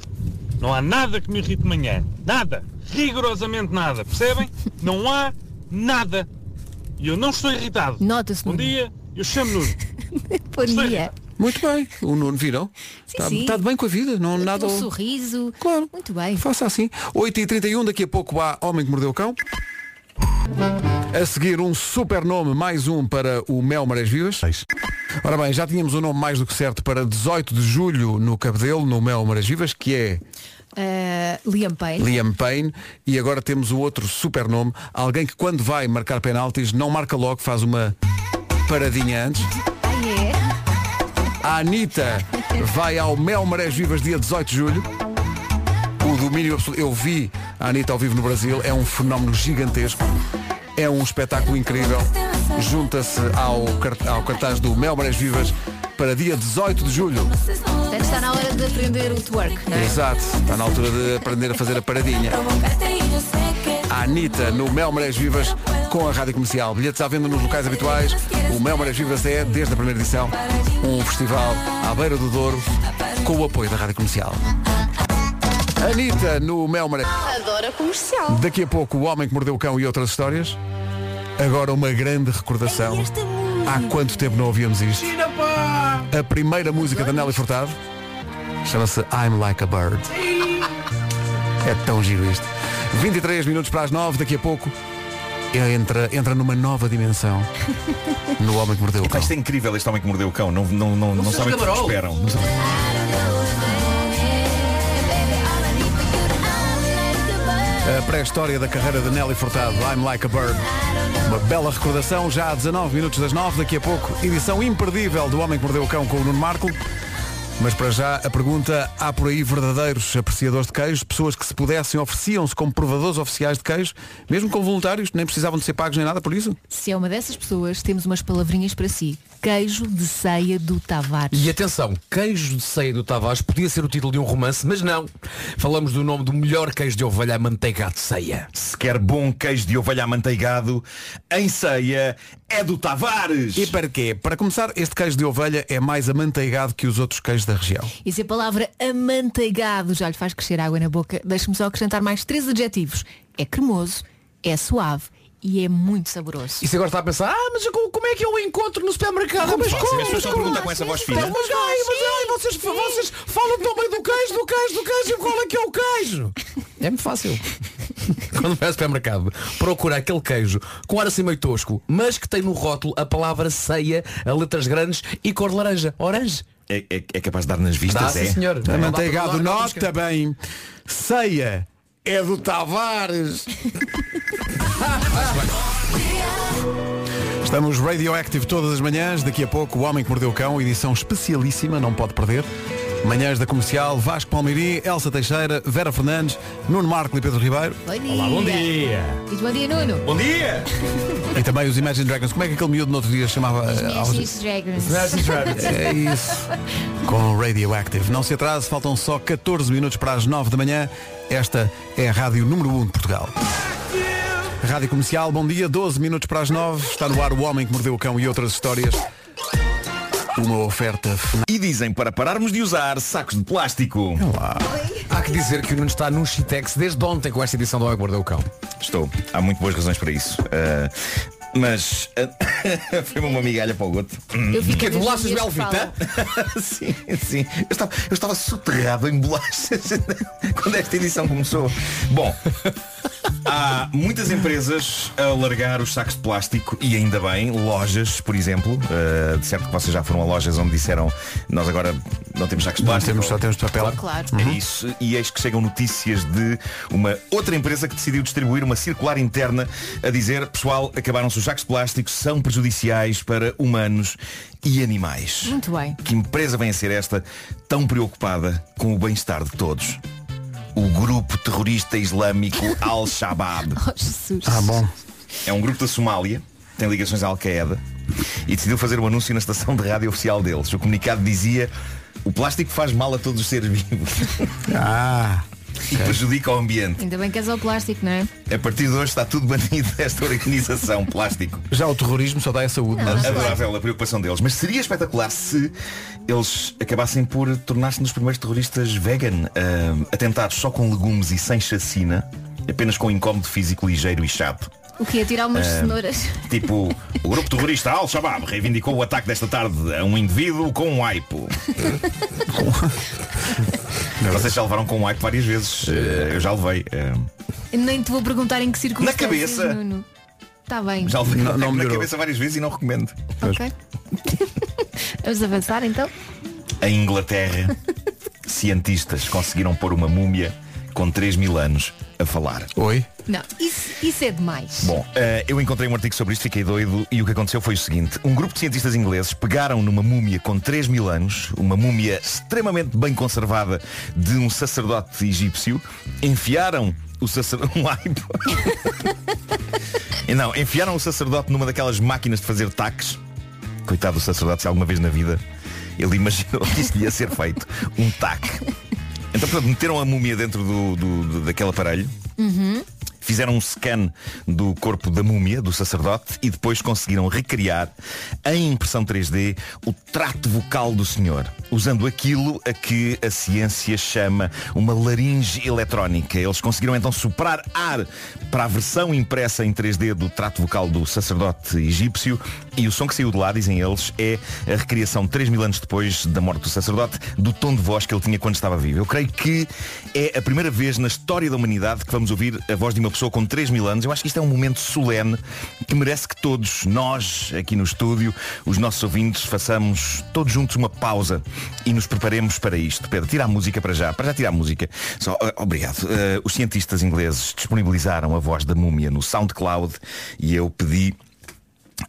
Não há nada que me irrite de manhã. Nada. Rigorosamente nada. Percebem? Não há nada. E eu não estou irritado. Nota-se, Bom Nuno. dia, eu chamo Nuno. Bom dia. Muito bem. O Nuno virou. Está, sim. está de bem com a vida. Não, nada... Um sorriso. Tá Claro. Muito bem. Faça assim. 8h31, daqui a pouco há Homem que Mordeu o Cão. A seguir, um super nome, mais um para o Mel Marés Vivas. Ora bem, já tínhamos o nome mais do que certo para 18 de julho no Cabedelo, no Mel Marés Vivas, que é Ah, Liam Payne. Liam Payne. E agora temos o outro super nome, alguém que quando vai marcar penaltis, não marca logo, faz uma paradinha antes. Ai, é. A Anitta vai ao Mel Marés Vivas dia 18 de julho. O domínio absoluto. Eu vi a Anitta ao vivo no Brasil. É um fenómeno gigantesco. É um espetáculo incrível. Junta-se ao, cart- ao cartaz do Mel Marés Vivas para dia 18 de julho. Portanto, está na hora de aprender o twerk, não é? Exato. Está na altura de aprender a fazer a paradinha. A Anitta no Mel Marés Vivas com a Rádio Comercial. Bilhetes à venda nos locais habituais. O Mel Marés Vivas é, desde a primeira edição, um festival à beira do Douro com o apoio da Rádio Comercial. Anitta no Mel Marés. Adora comercial. Daqui a pouco o Homem que Mordeu o Cão e outras histórias. Agora uma grande recordação. Há quanto tempo não ouvíamos isto? A primeira música da Nelly Furtado chama-se I'm Like a Bird. É tão giro isto. 23 minutos para as 9, daqui a pouco entra, entra numa nova dimensão no Homem que Mordeu o Cão. Isto é incrível, este homem que mordeu o cão. Não, não, não, não precisa sabem o que de camarão. esperam. Não sabem- A pré-história da carreira de Nelly Furtado, I'm Like a Bird. Uma bela recordação, já a 19 minutos das 9, daqui a pouco, edição imperdível do Homem que Mordeu o Cão com o Nuno Marco. Mas para já, a pergunta, há por aí verdadeiros apreciadores de queijo, pessoas que se pudessem, ofereciam-se como provadores oficiais de queijo, mesmo com voluntários, nem precisavam de ser pagos nem nada por isso? Se é uma dessas pessoas, temos umas palavrinhas para si. Queijo de ceia do Tavares. E atenção, queijo de ceia do Tavares podia ser o título de um romance, mas não. Falamos do nome do melhor queijo de ovelha manteigado de ceia. Se quer bom queijo de ovelha amanteigado, em ceia é do Tavares. E para quê? Para começar, este queijo de ovelha é mais amanteigado que os outros queijos da região. E se a palavra amanteigado já lhe faz crescer água na boca, deixe-me só acrescentar mais três adjetivos. É cremoso, é suave e é muito saboroso. E se agora está a pensar, ah, mas co- como é que eu o encontro no supermercado? Como mas fácil, como? as pessoas estão a perguntar com essa voz fina. Mas, mas, ai, mas ai, vocês, vocês falam tão bem do queijo, do queijo, do queijo, e qual é que é o queijo? É muito fácil. [laughs] Quando vai ao supermercado, procura aquele queijo com ar assim meio tosco, mas que tem no rótulo a palavra ceia, a letras grandes e cor de laranja. Orange. É, é- é capaz de dar nas vistas, Dá, é? sim, senhor. Dá, dá para Amanteigado, dar, dá para nota bem, ceia é do Tavares. Estamos radioactive todas as manhãs. Daqui a pouco, O Homem que Mordeu o Cão, edição especialíssima, não pode perder. Manhãs da Comercial, Vasco Palmiri, Elsa Teixeira, Vera Fernandes, Nuno Marco e Pedro Ribeiro. Bom dia. Diz bom dia, Nuno. Bom dia! E também os Imagine Dragons. Como é que aquele miúdo no outro dia chamava? eh, aos- Imagine Dragons. É isso. Com Radioactive. Não se atrase, faltam só 14 minutos para as 9 da manhã. Esta é a rádio número 1 de Portugal. Rádio Comercial, bom dia, 12 minutos para as 9. Está no ar o Homem que Mordeu o Cão e outras histórias. Uma oferta FNAC. E dizem para pararmos de usar sacos de plástico. Há que dizer que o Nuno está num Chitex desde ontem com esta edição do Homem que Mordeu o Cão. Estou. Há muito boas razões para isso. Ah, mas ah, foi uma migalha para o goto. Eu fiquei de bolachas Belvita. sim, sim. Eu estava, eu estava soterrado em bolachas quando esta edição começou. Bom, há muitas empresas a largar os sacos de plástico e ainda bem, lojas, por exemplo. Ah, de certo que vocês já foram a lojas onde disseram nós agora não temos sacos de plástico. temos, só temos papel. Claro. É isso. E eis que chegam notícias de uma outra empresa que decidiu distribuir uma circular interna a dizer, pessoal, acabaram-se os sacos de plástico, são prejudiciais para humanos e animais. Muito bem. Que empresa vem a ser esta tão preocupada com o bem-estar de todos? O grupo terrorista islâmico [laughs] Al-Shabaab. Oh, Jesus. Ah, bom. É um grupo da Somália, tem ligações à Al-Qaeda e decidiu fazer um anúncio na estação de rádio oficial deles. O comunicado dizia o plástico faz mal a todos os seres vivos. Ah, e prejudica o ambiente. Ainda bem que és ao plástico, não é? A partir de hoje está tudo banido desta organização plástico. Já o terrorismo só dá a saúde, não, é? Adorável a preocupação deles. Mas seria espetacular se eles acabassem por tornar-se nos primeiros terroristas vegan, ahm, atentados só com legumes e sem chacina, apenas com incómodo físico ligeiro e chato. O que é tirar umas Ah, cenouras? Tipo, o grupo terrorista Al-Shabaab reivindicou o ataque desta tarde a um indivíduo com [laughs] um aipo. Vocês já levaram com um aipo várias vezes. eh, Eu já levei. eh, Nem te vou perguntar em que circunstâncias, cabeça. Nuno. Está bem. Já levei Não- não, não na melhorou. cabeça várias vezes e não recomendo. Ok. [laughs] Vamos avançar então? Em Inglaterra, cientistas conseguiram pôr uma múmia com 3 mil anos a falar. Oi? Não, isso, isso é demais. Bom, eh, eu encontrei um artigo sobre isto, fiquei doido e o que aconteceu foi o seguinte. Um grupo de cientistas ingleses pegaram numa múmia com 3 mil anos, uma múmia extremamente bem conservada de um sacerdote egípcio, enfiaram o sacerdote... [laughs] Um aipo. Não, enfiaram o sacerdote numa daquelas máquinas de fazer taques. Coitado do sacerdote, se alguma vez na vida ele imaginou [laughs] que isto ia ser feito. Um taque. Então, portanto, meteram a múmia dentro do, do- do- daquele aparelho Uhum. fizeram um scan do corpo da múmia, do sacerdote, e depois conseguiram recriar, em impressão 3D, o trato vocal do senhor, usando aquilo a que a ciência chama uma laringe eletrónica. Eles conseguiram então soprar ar para a versão impressa em 3D do trato vocal do sacerdote egípcio, e o som que saiu de lá, dizem eles, é a recriação 3 mil anos depois da morte do sacerdote, do tom de voz que ele tinha quando estava vivo. Eu creio que é a primeira vez na história da humanidade que vamos ouvir a voz de uma pessoa com 3 mil anos. Eu acho que isto é um momento solene que merece que todos, nós, aqui no estúdio, os nossos ouvintes, façamos todos juntos uma pausa e nos preparemos para isto. Pedro, tira a música para já. Para já tirar a música. Só, ah, obrigado. Ah, os cientistas ingleses disponibilizaram a voz da múmia no SoundCloud e eu pedi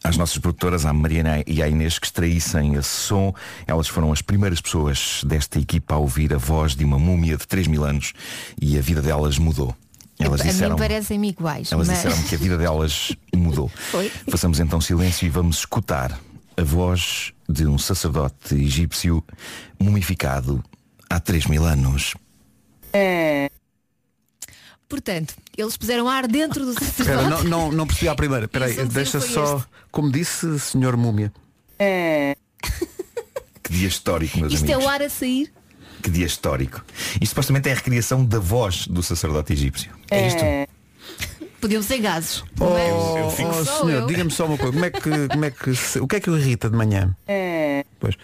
às nossas produtoras, à Mariana e à Inês, que extraíssem esse som. Elas foram as primeiras pessoas desta equipa a ouvir a voz de uma múmia de 3 mil anos e a vida delas mudou. Elas a mim disseram, parecem-me iguais. elas mas... disseram que a [laughs] vida delas mudou. Foi. Façamos então silêncio e vamos escutar a voz de um sacerdote egípcio mumificado há 3 mil anos. Portanto, eles puseram ar dentro [laughs] do sacerdote. Espera, não, não, não percebi à primeira. Espera aí, Isso, deixa foi só. este. Como disse, senhor Múmia. Que dia histórico, meus Isto é amigos. o ar a sair. Que dia histórico. Isto supostamente é a recriação da voz do sacerdote egípcio. É isto. Podiam ser gases. Oh, mas oh, só senhor, eu. diga-me só uma coisa. Como é que, como é que se- o que é que o irrita de manhã? Pois.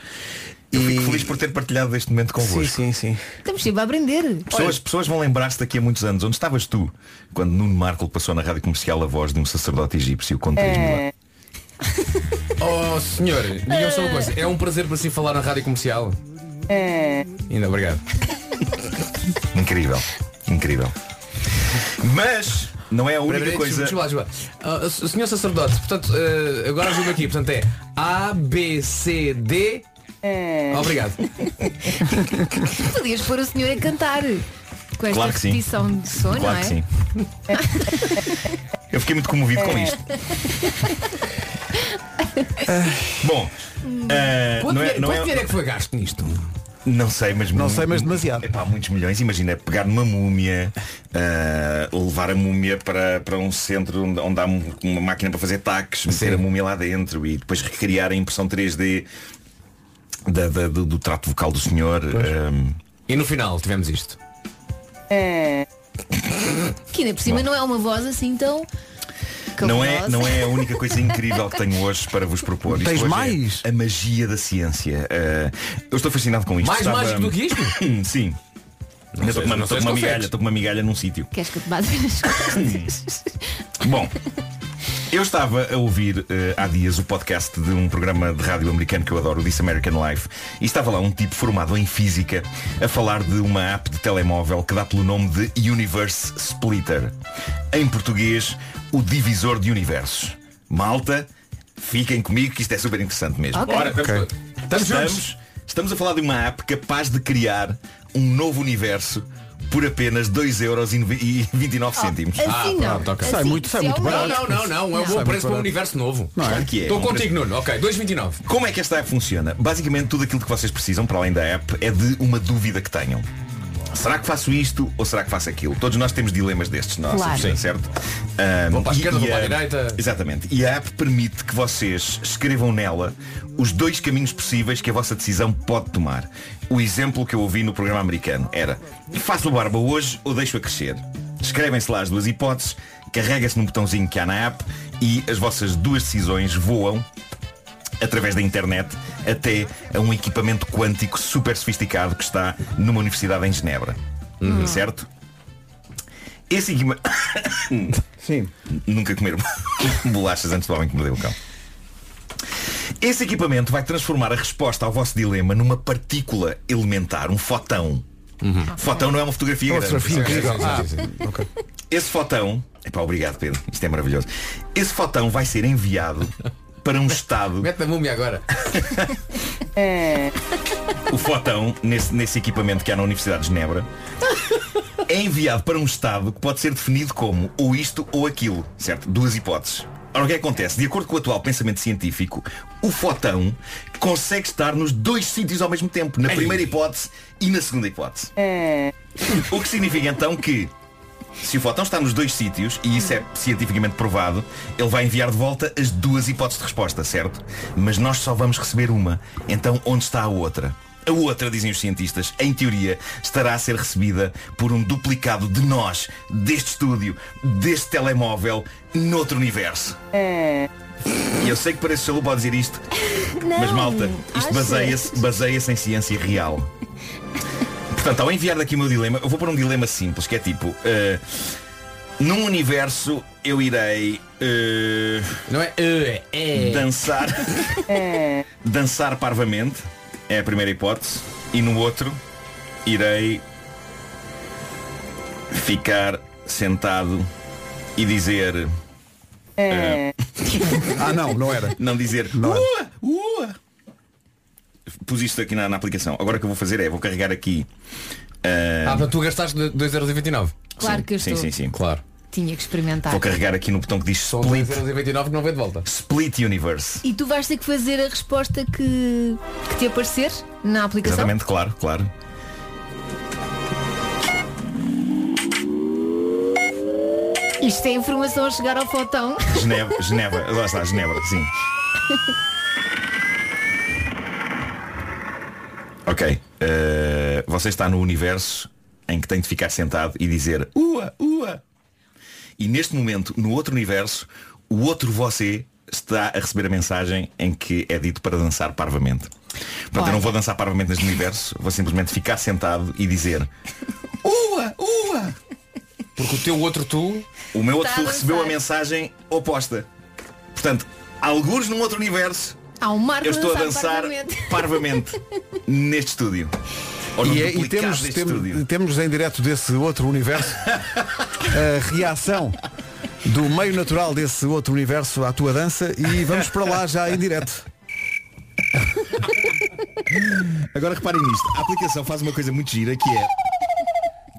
Eu fico feliz por ter partilhado este momento convosco. Sim, sim, sim. Estamos sempre a aprender. Pessoas, pessoas vão lembrar-se daqui a muitos anos. Onde estavas tu quando Nuno Marco passou na rádio comercial a voz de um sacerdote egípcio com 3 mil É anos? Oh senhor, diga-me só uma coisa, é um prazer para si falar na rádio comercial. Ainda obrigado. [laughs] Incrível, incrível. Mas não é a única Peraí, peraí, coisa. desculpa, desculpa, desculpa. Ah, o senhor sacerdote, portanto, eh, agora ajuda aqui, portanto é A, B, C, D. Obrigado. Podias pôr o senhor a cantar. Com esta Claro que sim. repetição de som, não Claro é? que sim. Eu fiquei muito comovido com isto. Bom, eh, Quanto não é, dinheiro- não quanto dinheiro é que foi gasto nisto? Não sei, mas Não sei, mas demasiado. Epá, muitos milhões. Imagina é pegar numa múmia, eh, levar a múmia para, para um centro onde, onde há um- uma máquina para fazer taques, meter a múmia lá dentro e depois recriar a impressão 3D da- da- do, do trato vocal do senhor. eh. hum, E no final tivemos isto. Que ainda por cima não é uma voz assim tão. Não é, calorosa. não é a única coisa incrível que tenho hoje para vos propor. Isto Tens hoje é mais? a magia da ciência. Eh, eu estou fascinado com isto. hum, Mais mágico do que isto? Sim. Não Mas sei, Estou com uma- não sei estou se com uma consegues. migalha, estou com uma migalha num sítio. Queres que eu te bata [laughs] nas costas? Bom, [laughs] eu estava a ouvir eh, há dias o podcast de um programa de rádio americano que eu adoro, o This American Life, e estava lá um tipo formado em física a falar de uma app de telemóvel que dá pelo nome de Universe Splitter. Em português, o divisor de universos. Malta, fiquem comigo que isto é super interessante mesmo. Ok. Ora, Ok. Estamos, estamos, estamos a falar de uma app capaz de criar um novo universo por apenas 2,29€. Oh, assim não. Assim, Sai muito, sai se é muito o barato. mesmo. Não, não, não, não, é Sai um bom preço muito para um barato. universo novo. Não é? Claro que é. Estou Um contigo, preço- Nuno. Ok, 2,29. Como é que esta app funciona? Basicamente tudo aquilo que vocês precisam, para além da app, é de uma dúvida que tenham. Será que faço isto ou será que faço aquilo? Todos nós temos dilemas destes, nós, Claro. Sim. certo? Vou para a e- esquerda, e é- vou para a direita. Exatamente. E a app permite que vocês escrevam nela os dois caminhos possíveis que a vossa decisão pode tomar. O exemplo que eu ouvi no programa americano era faço a barba hoje ou deixo-a crescer? Escrevem-se lá as duas hipóteses, carrega-se num botãozinho que há na app e as vossas duas decisões voam através da internet até a um equipamento quântico super sofisticado que está numa universidade em Genebra. Uhum. Certo? Esse equipa... Sim. Nunca comer [laughs] bolachas antes do homem que mordeu o cão. Esse equipamento vai transformar a resposta ao vosso dilema numa partícula elementar, um fotão. Fotão não é uma fotografia. Uma grande. fotografia incrível. Ah. Sim, sim, sim, sim. Esse fotão, epá, obrigado Pedro, isto é maravilhoso. Esse fotão vai ser enviado para um estado. Mete na múmia agora. o fotão, nesse, nesse equipamento que há na Universidade de Genebra, é enviado para um estado que pode ser definido como ou isto ou aquilo, certo? Duas hipóteses. Ora, o que é que acontece? De acordo com o atual pensamento científico, o fotão consegue estar nos dois sítios ao mesmo tempo, na primeira hipótese e na segunda hipótese. O que significa então que se o fotão está nos dois sítios, e isso é cientificamente provado, ele vai enviar de volta as duas hipóteses de resposta, certo? Mas nós só vamos receber uma. Então onde está a outra? A outra, dizem os cientistas, em teoria, estará a ser recebida por um duplicado de nós, deste estúdio, deste telemóvel, noutro universo. E eu sei que parece chalupa ao dizer isto, mas malta, isto achas? baseia-se baseia em ciência real. Portanto, ao enviar daqui o meu dilema, eu vou pôr um dilema simples, que é tipo, eh, num universo eu irei não [laughs] é, dançar [laughs] É. dançar parvamente, é a primeira hipótese, e no outro irei ficar sentado e dizer eh, Ah não, não era. não é. dizer pus isto aqui na, na aplicação. Agora o que eu vou fazer é, vou carregar aqui. ah, Ah, portanto, tu gastaste 2,29€. Claro que sim, estou. sim, sim. Claro. Tinha que experimentar. Vou carregar aqui no botão que diz Então, Split. 2,29€ que não vem de volta. Split Universe. E tu vais ter que fazer a resposta que, que te aparecer na aplicação? Exatamente, claro, claro. Isto é informação a chegar ao fotão. Geneva, Geneva, lá está, Geneva, sim. Ok. eh, você está no universo em que tem de ficar sentado e dizer Ua, ua. E neste momento, no outro universo, o outro você está a receber a mensagem em que é dito para dançar parvamente. Portanto, eu não vou dançar parvamente neste universo, vou simplesmente ficar sentado e dizer Ua, ua. Porque o teu outro tu O meu outro Está tu a recebeu a dançar. mensagem oposta Portanto, alguns num outro universo Há um marco Eu estou a dançar parvamente. parvamente Neste estúdio Ou num E, é- e duplicado temos, deste temos- estúdio temos em direto desse outro [laughs] universo a reação do meio natural desse outro universo à tua dança e vamos para lá já em direto. Agora reparem nisto A aplicação faz uma coisa muito gira que é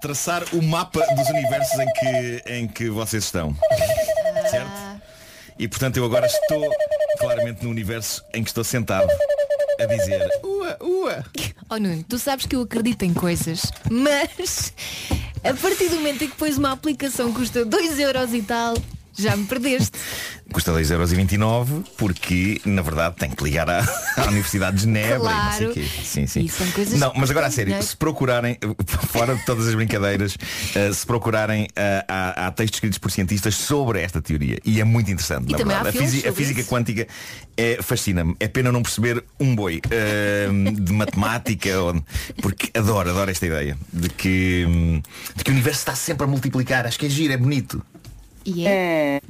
Traçar o mapa dos universos em que, em que vocês estão Certo? E portanto eu agora estou claramente no universo em que estou sentado A dizer Ua, ua. Oh Nuno, tu sabes que eu acredito em coisas, mas a partir do momento em que pões uma aplicação que custa 2 euros e tal, já me perdeste. Custa 2,29€ porque, na verdade, tem que ligar à, [laughs] à Universidade de Genebra e Claro. não sei o quê. Sim, sim. E são coisas não, mas que agora custam a sério, dinheiro. se procurarem, [laughs] fora de todas as brincadeiras, eh, se procurarem, eh, há, há textos escritos por cientistas sobre esta teoria. E é muito interessante, E na também há verdade. A, filmes fisi- a sobre física isso. quântica é, fascina-me. É pena não perceber um boi eh, de matemática, ou- porque adoro, adoro esta ideia de que, hum, de que o universo está sempre a multiplicar. Acho que é giro, é bonito. E é.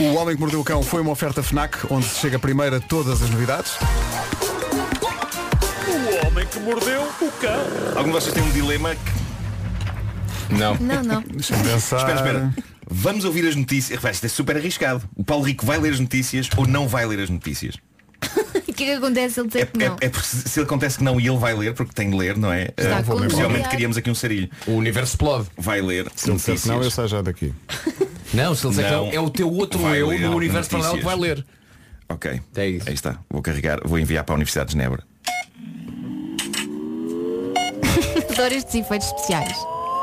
O Homem que Mordeu o Cão foi uma oferta FNAC, onde se chega primeiro a todas as novidades. O homem que mordeu o cão. Algum de vocês tem um dilema que... Não. Não, não. Deixa-me pensar. Espera, espera. Vamos ouvir as notícias. Repare, isto é super arriscado. O Paulo Rico vai ler as notícias ou não vai ler as notícias? O que é que acontece? Ele dizer que não. É, é porque se se acontece que não e ele vai ler, porque tem de ler, não é? Está Ah, com Possivelmente cuidado. queríamos aqui um sarilho. O universo explode. Vai ler Se ele disser notícias. que não, eu saio já daqui. Não, se ele disser que não, é o teu outro vai eu ler no universo paralelo notícias. que vai ler. É Ok. Aí está. Vou carregar, vou enviar para a Universidade de Genebra. Adoro estes efeitos especiais.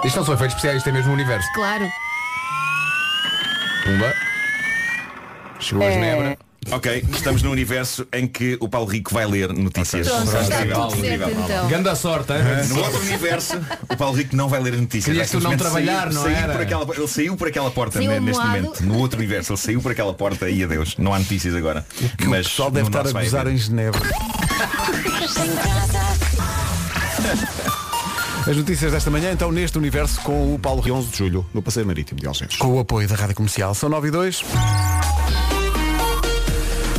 Isto não são efeitos especiais, isto é mesmo o universo. Claro. Pumba. Chegou a Genebra. Ok, estamos num universo em que o Paulo Rico vai ler notícias. Pronto, Incrível, está tudo certo, incrível. então. Ganda sorte, hein? No outro [laughs] universo, o Paulo Rico não vai ler notícias. Queria que tu não Simplesmente trabalhar, saiu- não saiu era? por aquela- ele saiu por aquela porta Saiu ne- neste amuado. momento. No outro universo, ele saiu por aquela porta e adeus. Não há notícias agora. Mas o pessoal Deve estar a gozar em Genebra. As notícias desta manhã, então, neste universo com o Paulo Rio 11 de Julho, no Passeio Marítimo de Algés. Com o apoio da Rádio Comercial. São 9 e 2.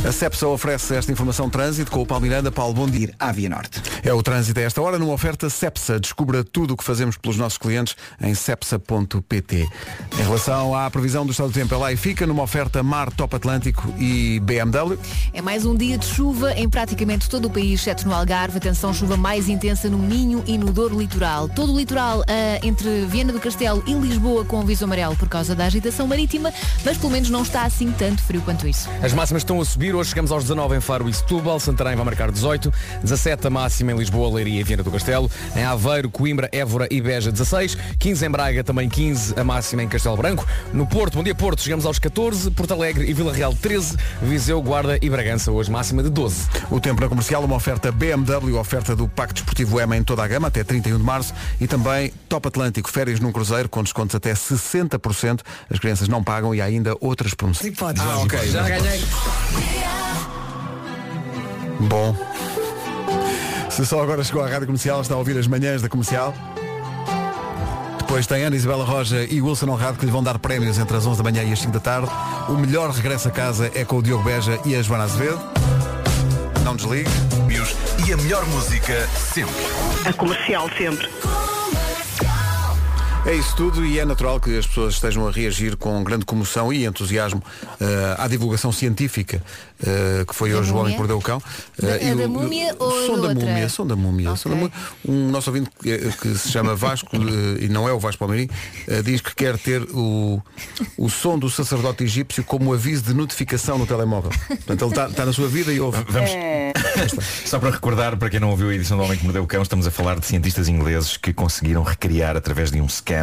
A CEPSA oferece esta informação de trânsito com o Paulo Miranda. Paulo, bom dia. À Via Norte. É o trânsito a esta hora numa oferta CEPSA. Descubra tudo o que fazemos pelos nossos clientes em cepsa.pt. Em relação à previsão do estado do tempo, ela aí fica numa oferta Mar Top Atlântico e BMW. É mais um dia de chuva em praticamente todo o país, exceto no Algarve. Atenção, chuva mais intensa no Minho e no Douro Litoral. Todo o litoral ah, entre Viena do Castelo e Lisboa com aviso amarelo por causa da agitação marítima, mas pelo menos não está assim tanto frio quanto [laughs] isso. As máximas estão a subir, hoje chegamos aos 19 em Faro e Setúbal, Santarém vai marcar 18, 17 a máxima em Lisboa, Leiria e Viana do Castelo, em Aveiro, Coimbra, Évora e Beja 16, 15 em Braga, também 15 a máxima em Castelo Branco, no Porto, bom dia Porto, chegamos aos 14, Porto Alegre e Vila Real 13, Viseu, Guarda e Bragança hoje máxima de 12. O tempo na comercial, uma oferta BMW, oferta do Pacto Desportivo EMA em toda a gama até 31 de março e também Top Atlântico, férias num cruzeiro com descontos até 60%. As crianças não pagam e há ainda outras promoções. Ah, ok, já ganhei. Bom. Se só agora chegou à Rádio Comercial, está a ouvir as manhãs da Comercial. Depois tem Ana Isabela Roja e Wilson Honrado que lhe vão dar prémios entre as 11 da manhã e as 5 da tarde. O melhor regresso a casa é com o Diogo Beja e a Joana Azevedo. Não desligue. E a melhor música sempre. A comercial sempre. É isso tudo e é natural que as pessoas estejam a reagir com grande comoção e entusiasmo eh, à divulgação científica eh, que foi Da hoje o Homem múmia? que Mordeu o Cão. Da- Eh, e a o- da múmia o- ou som da da outra? múmia, som da múmia, som da múmia. Um nosso ouvinte que, que se chama Vasco eh, e não é o Vasco Palmeirim eh, diz que quer ter o, o som do sacerdote egípcio como aviso de notificação no telemóvel. Portanto, ele está na sua vida e ouve. Vamos- Só para recordar, para quem não ouviu a edição do Homem que Mordeu o Cão, estamos a falar de cientistas ingleses que conseguiram recriar através de um scan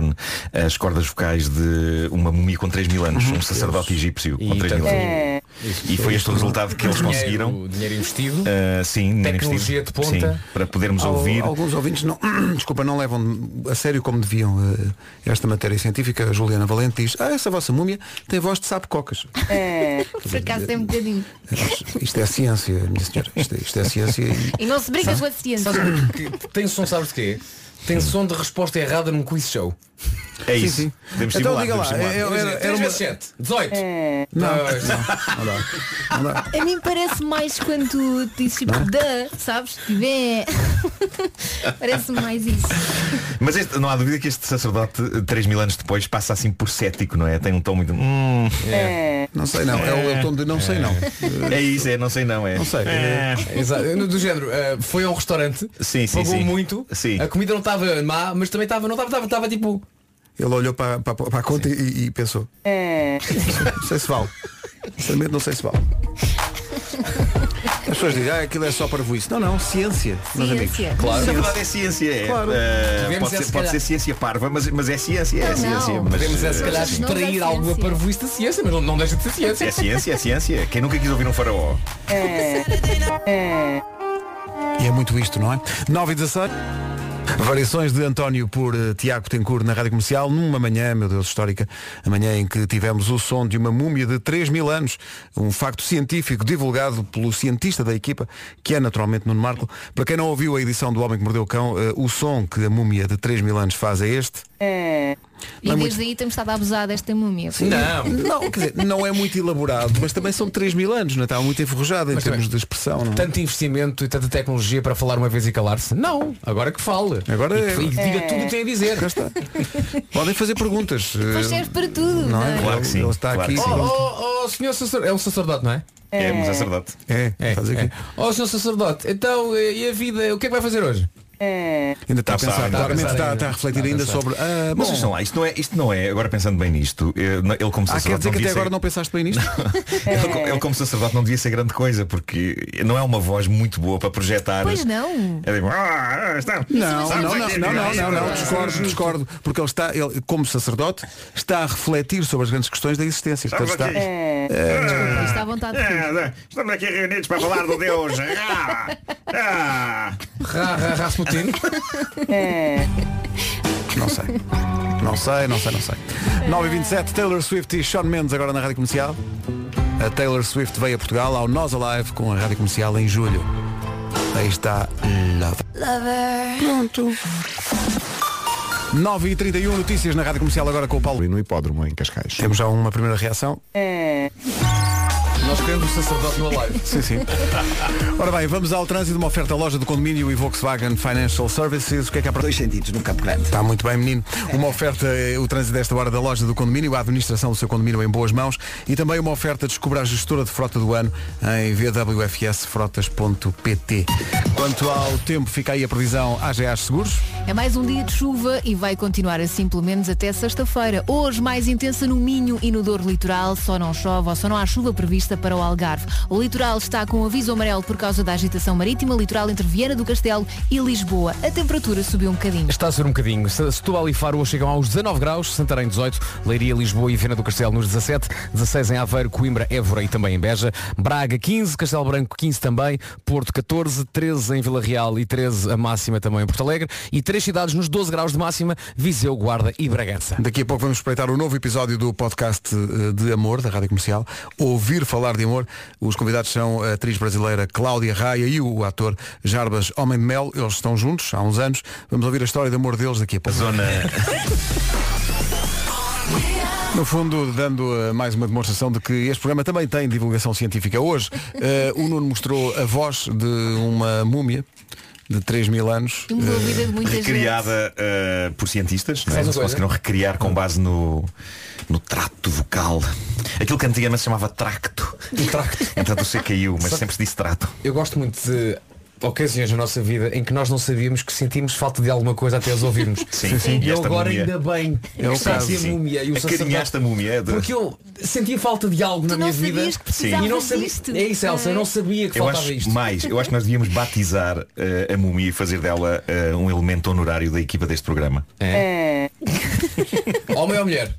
as cordas vocais de uma múmia com 3 mil Uhum. anos, um sacerdote egípcio com 3 mil anos. E foi este o resultado que eles Dinheiro- conseguiram. Dinheiro investido. Ah, sim, dinheiro Tecnologia investido. de ponta. Sim, para podermos Al- ouvir. Alguns ouvintes não, [clears throat] desculpa, não levam a sério como deviam eh, esta matéria científica. A Juliana Valente diz, ah, essa vossa múmia tem voz de sapo-cocas. Por acaso é tem um bocadinho. Isto é ciência, minha senhora. Isto, é- isto é ciência. e- E não se brinca com a ciência. Tem som, sabes de quê? Tem som de resposta errada num quiz show. É Sim, isso. sim. Podemos Então simular, diga lá, podemos simular. era- era Três uma- vezes sete. 18. Não, Pois. não, não dá. Não dá. A mim parece mais quando tu dizes tipo, Não? da, sabes? Tipo, é. [laughs] parece mais isso. Mas este- não há dúvida que este sacerdote, 3 mil anos depois, passa assim por cético, não é? Tem um tom muito. Hum, É. Não sei não, é o- é o tom de não sei não. É isso, é não sei não, é. Não sei. É. Exato. No- Do género, eh, foi a um restaurante, Sim, sim, pagou sim. muito, Sim. a comida não estava má, mas também estava, não estava, estava, estava tipo. Ele olhou para, para- para a conta e, e pensou, É. não sei se vale. Sinceramente não sei se vale. As pessoas dizem, ah, aquilo é só para isso. Não, não, ciência, meus amigos. Ciência. Mas, Na verdade é ciência, é. Claro. Eh, Podemos pode, é, ser, se pode calhar. ser ciência parva, mas, mas é ciência, é Não, ciência. não. Mas, Podemos é, se eh, calhar, sim. extrair algo a parvoíce da ciência, mas não, não deixa de ser ciência. É ciência, é ciência. Quem nunca quis ouvir um faraó? E é muito isto, não é? 9 e 16. Variações de António por eh, Tiago Tencourt na Rádio Comercial, numa manhã, meu Deus, histórica, amanhã em que tivemos o som de uma múmia de 3 mil anos, um facto científico divulgado pelo cientista da equipa, que é naturalmente Nuno Marco. Para quem não ouviu a edição do Homem que Mordeu o Cão, eh, o som que a múmia de 3 mil anos faz é este. E Não é desde aí temos estado a abusar desta múmia. não, quer dizer, não é muito elaborado, mas também são 3 mil anos, não é? Está muito enferrujado em Mas termos também- de expressão. Não é? Tanto investimento e tanta tecnologia para falar uma vez e calar-se? Não, agora que fale. Agora e, que- e que diga É. tudo o que tem a dizer. [laughs] Podem fazer perguntas. eh, Pois serve para tudo. Não é? não é? Claro que sim, Ele está claro aqui. que sim. Oh, oh, oh, senhor sacerdote. É um sacerdote, não é? É um sacerdote. É, É, faz aqui. é. Oh, senhor sacerdote, então eh, e a vida, o que é que vai fazer hoje? Ainda está Tá Não a pensar, sabem. claramente Está está, a pensar. está a refletir Está a ainda pensar. sobre. ah, Mas bom. vejam lá, isto não, é, isto não é, agora pensando bem nisto, eh, não- ele como Ah, sacerdote quer dizer não que até devia ser- agora não pensaste bem nisto? [laughs] ele, co- ele como sacerdote não devia ser grande coisa, porque não é uma voz muito boa para projetar. Pois não. É tipo, "Ah, [laughs] está- Não, não, sabes não, aqui- não, não, não, não, discordo, discordo, porque ele está, ele, como sacerdote, está a refletir sobre as grandes questões da existência. Portanto, está, Sabes aqui- Ah, Está à vontade. de tudo. Ah, Estamos aqui reunidos para falar [laughs] do Deus. Ah, ah. Rasputin? não sei. Não sei, não sei, não sei. 9h27, Taylor Swift e Sean Mendes agora na Rádio Comercial. A Taylor Swift veio a Portugal ao Nós Alive com a Rádio Comercial em julho. Aí está Love. Pronto. 9h31, notícias na Rádio Comercial agora com o Paulo. E no Hipódromo, em Cascais. Temos já uma primeira reação. É. Nós queremos o sacerdote no live. Sim, [laughs] sim. Ora bem, vamos ao trânsito, uma oferta à loja do condomínio e Volkswagen Financial Services. O que é que há para dois sentidos no Campo Grande? Está muito bem, menino. Uma oferta, eh, o trânsito desta hora da loja do condomínio, a administração do seu condomínio em boas mãos e também uma oferta descubra a gestora de frota do ano em www.fsfrotas.pt. Quanto ao tempo, fica aí a previsão AGAs Seguros. É mais um dia de chuva e vai continuar assim pelo menos até sexta-feira. Hoje mais intensa no Minho e no Douro Litoral, só não chove ou só não há chuva prevista para o Algarve. O litoral está com aviso amarelo por causa da agitação marítima litoral entre Viana do Castelo e Lisboa. A temperatura subiu um bocadinho. Está a ser um bocadinho. Se- Setúbal e Faro hoje chegam aos 19 graus, Santarém 18, Leiria, Lisboa e Viana do Castelo nos 17, 16 em Aveiro, Coimbra, Évora e também em Beja, Braga 15, Castelo Branco 15 também, Porto 14, 13 em Vila Real e 13 a máxima também em Porto Alegre e três cidades nos 12 graus de máxima, Viseu, Guarda e Bragança. Daqui a pouco vamos espreitar o novo episódio do podcast eh, de amor da Rádio Comercial, Ouvir Falar de Amor. Os convidados são a atriz brasileira Cláudia Raia e o ator Jarbas Homem de Mel. Eles estão juntos há uns anos. Vamos ouvir a história de amor deles daqui a pouco. Zona. No fundo, dando eh, mais uma demonstração de que este programa também tem divulgação científica. Hoje, eh, o Nuno mostrou a voz de uma múmia de 3 mil anos. Que mudou a vida de muita gente. Recriada eh, por cientistas, não Sabe é? uma Eles coisa? conseguiram recriar com base no, no trato vocal. Aquilo que antigamente se chamava tracto. [laughs] tracto. Entretanto o C caiu, mas Sabe- sempre se disse trato. Eu gosto muito de ocasiões na nossa vida em que nós não sabíamos que sentimos falta de alguma coisa até as ouvirmos. [laughs] Sim, sim. E eu esta agora múmia- ainda bem. É o que senti caso, a sim. múmia e o Acarinhaste sacerdote. a múmia. é de- Porque eu sentia falta de algo na minha vida. sabias que precisavas e não sabia... disto. É isso, Elsa, eu não sabia que Eu faltava acho isto. mais, eu acho que nós devíamos batizar eh, a múmia e fazer dela eh, um elemento honorário da equipa deste programa. Homem ou mulher?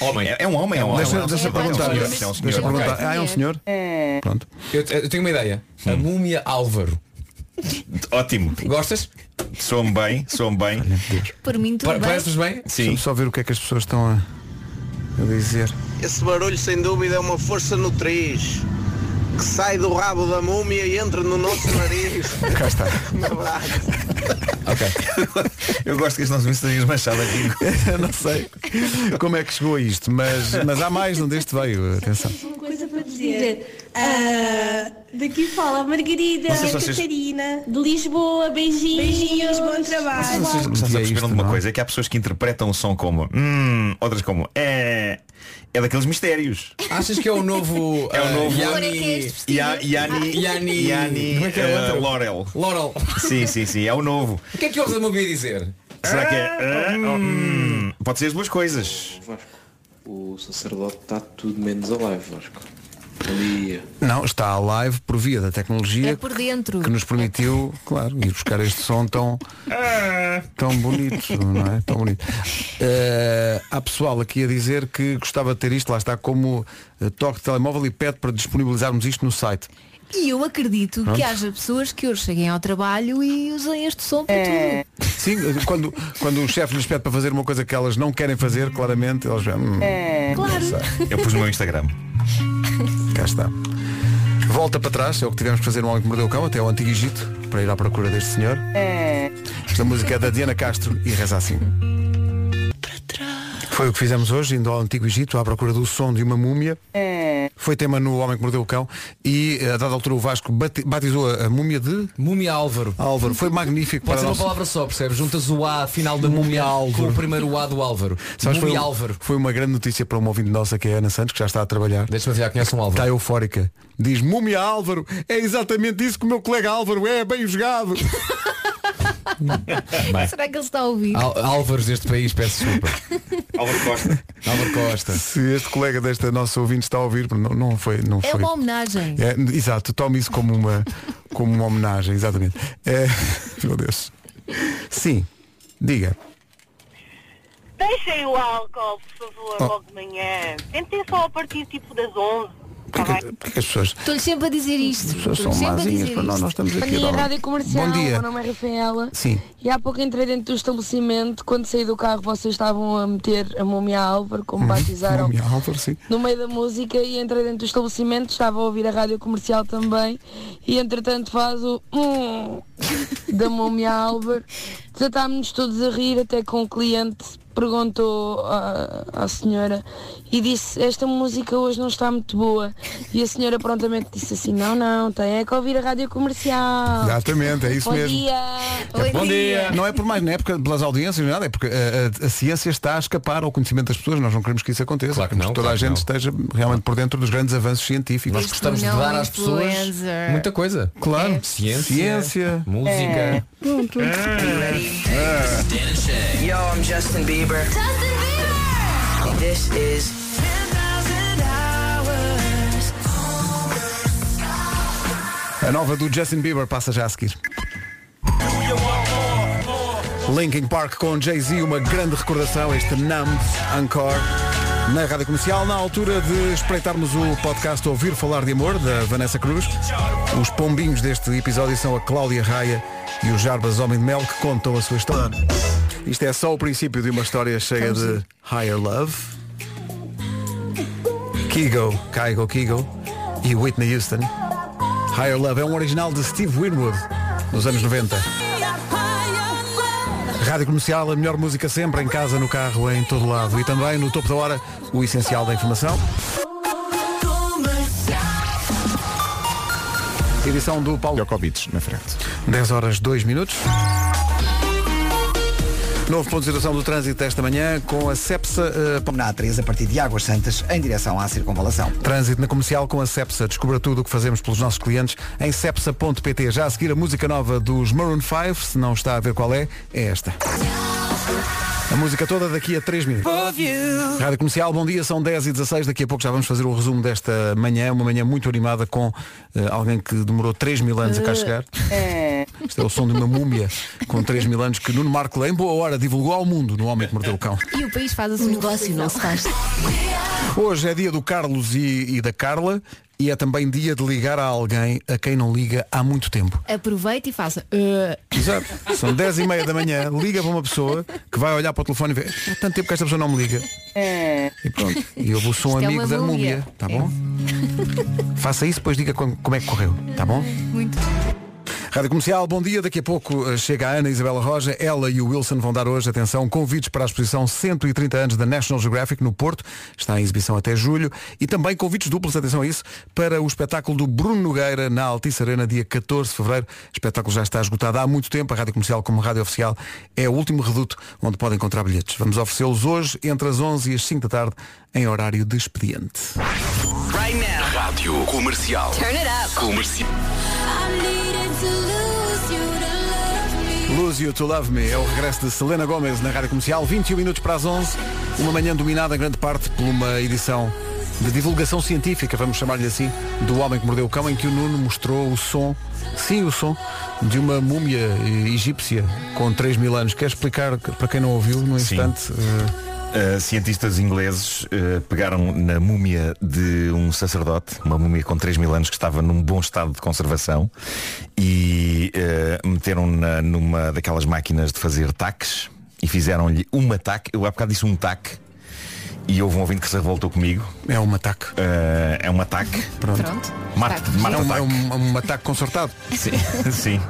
Homem. É, é um homem, é um homem. Deixa, é um deixa eu sacerdote, perguntar. é um senhor, é um senhor. Deixa eu perguntar. Ah, é um senhor? Pronto. Eu, eu tenho uma ideia. A múmia Álvaro. Ótimo. Gostas? Soa-me bem, soa-me bem. Por mim tudo bem. um bem? Sim. Deixa-me só ver o que é que as pessoas estão a, a dizer. Esse barulho sem dúvida é uma força nutriz que sai do rabo da múmia e entra no nosso nariz. Cá está. Um abraço. [laughs] Eu gosto que as nossas mensagens manchadas aqui. Eu não sei como é que chegou a isto, mas, mas há mais onde este veio. Atenção. uma coisa para dizer. Ah, daqui fala a Margarida, Não sei a se vocês- Catarina, de Lisboa, beijinhos, bom é trabalho. Vocês começaram a perceber de uma coisa, é que há pessoas que interpretam o som como hum, outras como é. É daqueles mistérios. Achas que é [laughs] o novo. É o ah, novo Yanni- Ya- Yanni Ah, Yanni- Yanni, Como é que é a eh, outra? Laurel. Laurel. Sim, sim, sim, é o novo. O que é que eles me ouvir dizer? Será que é? Ah, eh, ou, hum? Pode ser as duas coisas. O sacerdote está tudo menos alive, Vasco. Bom dia. Não, está a live por via da tecnologia É por dentro. que nos permitiu, claro, ir buscar este som tão, tão bonito, não é? Tão bonito. Eh, há pessoal aqui a dizer que gostava de ter isto, lá está, como eh, toque de telemóvel e pede para disponibilizarmos isto no site. E eu acredito Pronto. que haja pessoas que hoje cheguem ao trabalho e usem este som para tudo. Sim, eh, quando, quando o chefe lhes pede para fazer uma coisa que elas não querem fazer, claramente, elas já. hum, É. não Claro. sei. Eu pus no meu Instagram. Cá está. Volta para trás, é o que tivemos que fazer no Homem que Mordeu o Cão, até ao Antigo Egito, para ir à procura deste senhor. Esta música é da Diana Castro e reza assim. Foi o que fizemos hoje, indo ao Antigo Egito, à procura do som de uma múmia. É. Foi tema no Homem que Mordeu o Cão e, eh, a dada altura, o Vasco bati- batizou a, a múmia de... Múmia Álvaro. Álvaro. Foi magnífico Pode para ser uma nós. palavra só, percebes? Juntas o A final da múmia Álvaro. com o primeiro A do Álvaro. Sabes, múmia foi, um- Álvaro. foi uma grande notícia para uma ouvinte nossa que é a Ana Santos, que já está a trabalhar. Deixa-me ver, conhece um Álvaro. Está eufórica. Diz, múmia Álvaro, é exatamente isso que o meu colega Álvaro é, bem Ah, jogado. Bem. Será que ele está a ouvir? Al Álvares deste país, peço desculpa. Álvaro Costa. Álvaro Costa. [laughs] Se este colega desta nossa ouvinte está a ouvir, não, não foi. Não É foi. uma homenagem. É, exato, tome isso como uma, como uma homenagem, exatamente. É, [laughs] meu Deus. Sim, diga. Deixem o álcool, por favor, Oh. logo de manhã. Tentem só a partir tipo das 11. Tá Porquê, bem? porquê que as pessoas. Estou-lhe sempre a dizer isto. pessoas são Estou-lhe sempre a mazinhas, dizer mas não, isto. nós estamos Bom aqui dia, agora. Rádio Comercial. Bom dia. Meu nome é Rafaela. Sim. E há pouco entrei dentro do estabelecimento. Quando saí do carro, vocês estavam a meter a múmia Álvaro, como batizaram, Nome Álvaro, sim. no meio da música. E entrei dentro do estabelecimento. Estava a ouvir a rádio comercial também. E entretanto faz o hum da múmia Álvaro. Desatámos-nos todos a rir, até que um cliente perguntou à, à senhora e disse esta música hoje não está muito boa e a senhora prontamente disse assim não não tem é que ouvir a rádio comercial Exatamente, é isso Bom mesmo. Dia. Não é por mais, não é porque pelas audiências, não é nada, é porque a, a- a ciência está a escapar ao conhecimento das pessoas, nós não queremos que isso aconteça. Claro que não, toda a gente esteja realmente por dentro dos grandes avanços científicos. Nós gostamos de dar às pessoas muita coisa. Claro. Ciência. Ciência. Música. Yo, I'm Justin Bieber. Justin Bieber! This is 10,000 hours. A nova do Justin Bieber passa já a seguir. Linkin Park com Jay-Z, uma grande recordação, este Numb Encore. Na Rádio Comercial, na altura de espreitarmos o podcast Ouvir Falar de Amor, da Vanessa Cruz, os pombinhos deste episódio são a Cláudia Raia e o Jarbas Homem de Mel, que contam a sua história. Isto é só o princípio de uma história cheia de Higher Love, Kigo, Kaigo Kigo e Whitney Houston. Higher Love é um original de Steve Winwood, nos anos 90. Rádio Comercial, a melhor música sempre, em casa, no carro, em todo lado. E também, no topo da hora, o essencial da informação. Edição do Paulo Jokovic na frente. 10 horas 2 minutos. Novo ponto de situação do trânsito desta manhã com a Cepsa eh, uh, na A3 a partir de Águas Santas em direção à circunvalação. Trânsito na comercial com a Cepsa. Descubra tudo o que fazemos pelos nossos clientes em cepsa.pt. Já a seguir a música nova dos Maroon 5, se não está a ver qual é, é esta. A música toda daqui a 3 minutos. Rádio Comercial, bom dia, são 10 e 16 Daqui a pouco já vamos fazer o resumo desta manhã Uma manhã muito animada com eh, alguém que demorou 3 mil anos a cá chegar Isto é o som de uma múmia com 3 mil anos Que Nuno Marco, em boa hora, divulgou ao mundo No Homem que Mordeu o Cão então, E o país faz a sua Um negócio, não se faz. [laughs] Hoje é dia do Carlos e, e da Carla E é também dia de ligar a alguém A quem não liga há muito tempo Aproveite e faça. eh, uh, Exato. São 10 e meia da manhã, liga para uma pessoa que vai olhar para o telefone e vê, há tanto tempo que esta pessoa não me liga. E pronto. E eu vou sou um É. Isto é amigo uma da múmia. É. múmia, tá bom? Faça isso, depois diga com- como é que correu, tá bom? Muito. Rádio Comercial, bom dia. Daqui a pouco eh, chega a Ana Isabela Roja. Ela e o Wilson vão dar hoje, atenção, convites para a exposição 130 anos da National Geographic no Porto. Está em exibição até julho. E também convites duplos, atenção a isso, para o espetáculo do Bruno Nogueira na Altice Arena, dia 14 de fevereiro. O espetáculo já está esgotado há muito tempo. A Rádio Comercial, como rádio oficial, é o último reduto onde podem encontrar bilhetes. Vamos oferecê-los hoje, entre as 11 e as 5 da tarde, em horário de expediente. Right now. Rádio Comercial. Turn it up. Comercial. I needed to lose you to love me. Lose You to Love Me é o regresso de Selena Gomez na Rádio Comercial, 21 minutos para as 11, uma manhã dominada em grande parte por uma edição de divulgação científica, vamos chamar-lhe assim, do Homem que Mordeu o Cão, em que o Nuno mostrou o som, sim, o som, de uma múmia eh, egípcia com 3 mil anos. Quer explicar que- para quem não ouviu, no instante? eh, Uh, cientistas ingleses uh, pegaram na múmia de um sacerdote, uma múmia com 3 mil anos que estava num bom estado de conservação, e uh, meteram-na numa daquelas máquinas de fazer taques e fizeram-lhe um ataque. Eu há bocado disse um taque e houve um ouvinte que se revoltou comigo. É um ataque. é um ataque. Pronto. Mata, mata é, um, ataque. é um- um ataque consertado. Sim, [laughs] sim.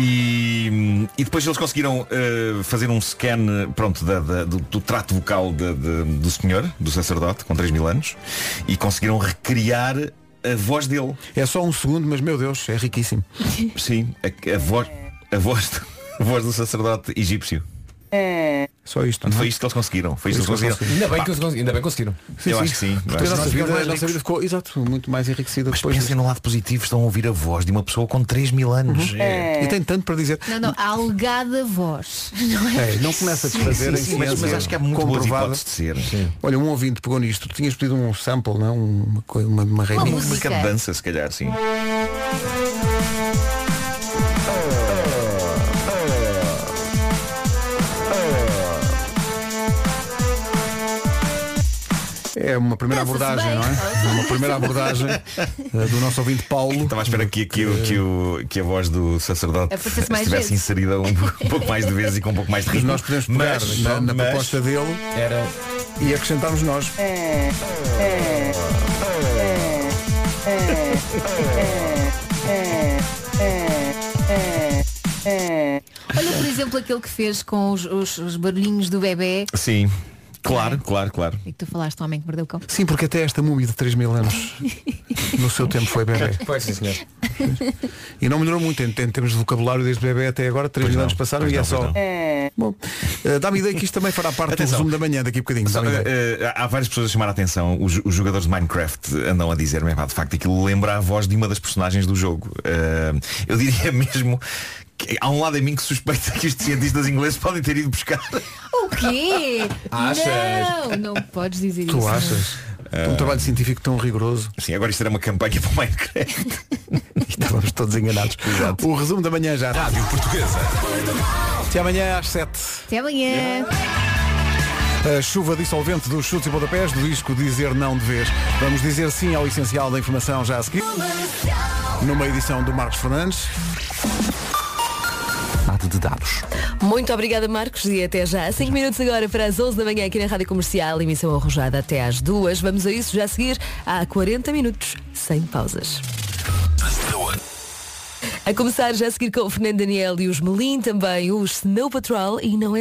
E, e depois eles conseguiram eh, fazer um scan pronto, da- da- do, do trato vocal da- da- do senhor, do sacerdote, com 3 mil anos, e conseguiram recriar a voz dele. É só um segundo, mas meu Deus, é riquíssimo. Sim, a, a voz, a, voz, do, a voz do sacerdote egípcio. Só isto. Portanto, foi isto que eles conseguiram. Uhum. Foi isto que eles conseguiram. Ainda bem Pá, que eles conseguiram. Ainda bem que conseguiram. Sim, Eu sim. acho que sim. Eu Porque acho a que nossa sim. vida, a Ficaram nossa ricos. vida ficou, exato, muito mais enriquecida Mas depois. pensem no lado positivo, estão a ouvir a voz de uma pessoa com 3 mil anos. Uhum. É. E tem tanto para dizer. Não, não, a alegada voz. Não é? É, não começa a desfazer sim, em sim, mas- ciência mas acho que há muito boas comprovada. hipóteses de ser. Olha, um ouvinte pegou nisto. Tu tinhas pedido um sample, não? Uma, coisa, uma, uma, raiz. Uma música de dança, se calhar, sim. É uma primeira Dança-se abordagem, bem. não [laughs] é? É Uma primeira abordagem eh, do nosso ouvinte Paulo. Estava à espera que, que, o- que, o- que a voz do sacerdote Aparecesse É mais estivesse vezes. inserida um, um pouco mais de vezes e com um pouco mais de Mas ritmo. nós podemos pegar Mas- na, na mas- proposta dele era... e acrescentarmos nós. Olha, por exemplo, aquele que fez com os, os- os barulhinhos do bebê Sim, é? claro, claro, claro. e que tu falaste, homem que perdeu o cão. Sim, porque até esta múmia de 3 mil anos no seu tempo foi bebê. Pois sim, senhor. E não melhorou muito em, em termos de vocabulário desde bebê até agora, 3 mil anos passaram e é só. Bom, eh, dá-me ideia que isto também fará parte Atenção. do resumo da manhã daqui a bocadinho. Só, Dá-me ideia. eh, eh, há várias pessoas a chamar a atenção. Os, os jogadores de Minecraft andam a dizer, mas pá, de facto, aquilo lembra a voz de uma das personagens do jogo. Eh, eu diria [laughs] mesmo que há um lado em mim que suspeita que os cientistas ingleses podem ter ido buscar. O quê? Achas? Não, não podes dizer Tu isso. não. achas? Um trabalho científico tão rigoroso. Sim, agora isto era uma campanha para o Minecraft. Estávamos todos enganados. O resumo da manhã já. Rádio Portuguesa. Até amanhã às 7. Até amanhã. A chuva dissolvente dos chutes e pontapés do disco Dizer Não de Vez. Vamos dizer sim ao essencial da informação já a seguir. Numa edição do Marcos Fernandes. Nada de dados. Muito obrigada, Marcos, e até já. 5 minutos agora para as 11 da manhã aqui na Rádio Comercial, emissão arrojada até às 2. Vamos a isso já a seguir, há 40 minutos, sem pausas. A começar já a seguir com o Fernando Daniel e os Melim, também os Snow Patrol, e não é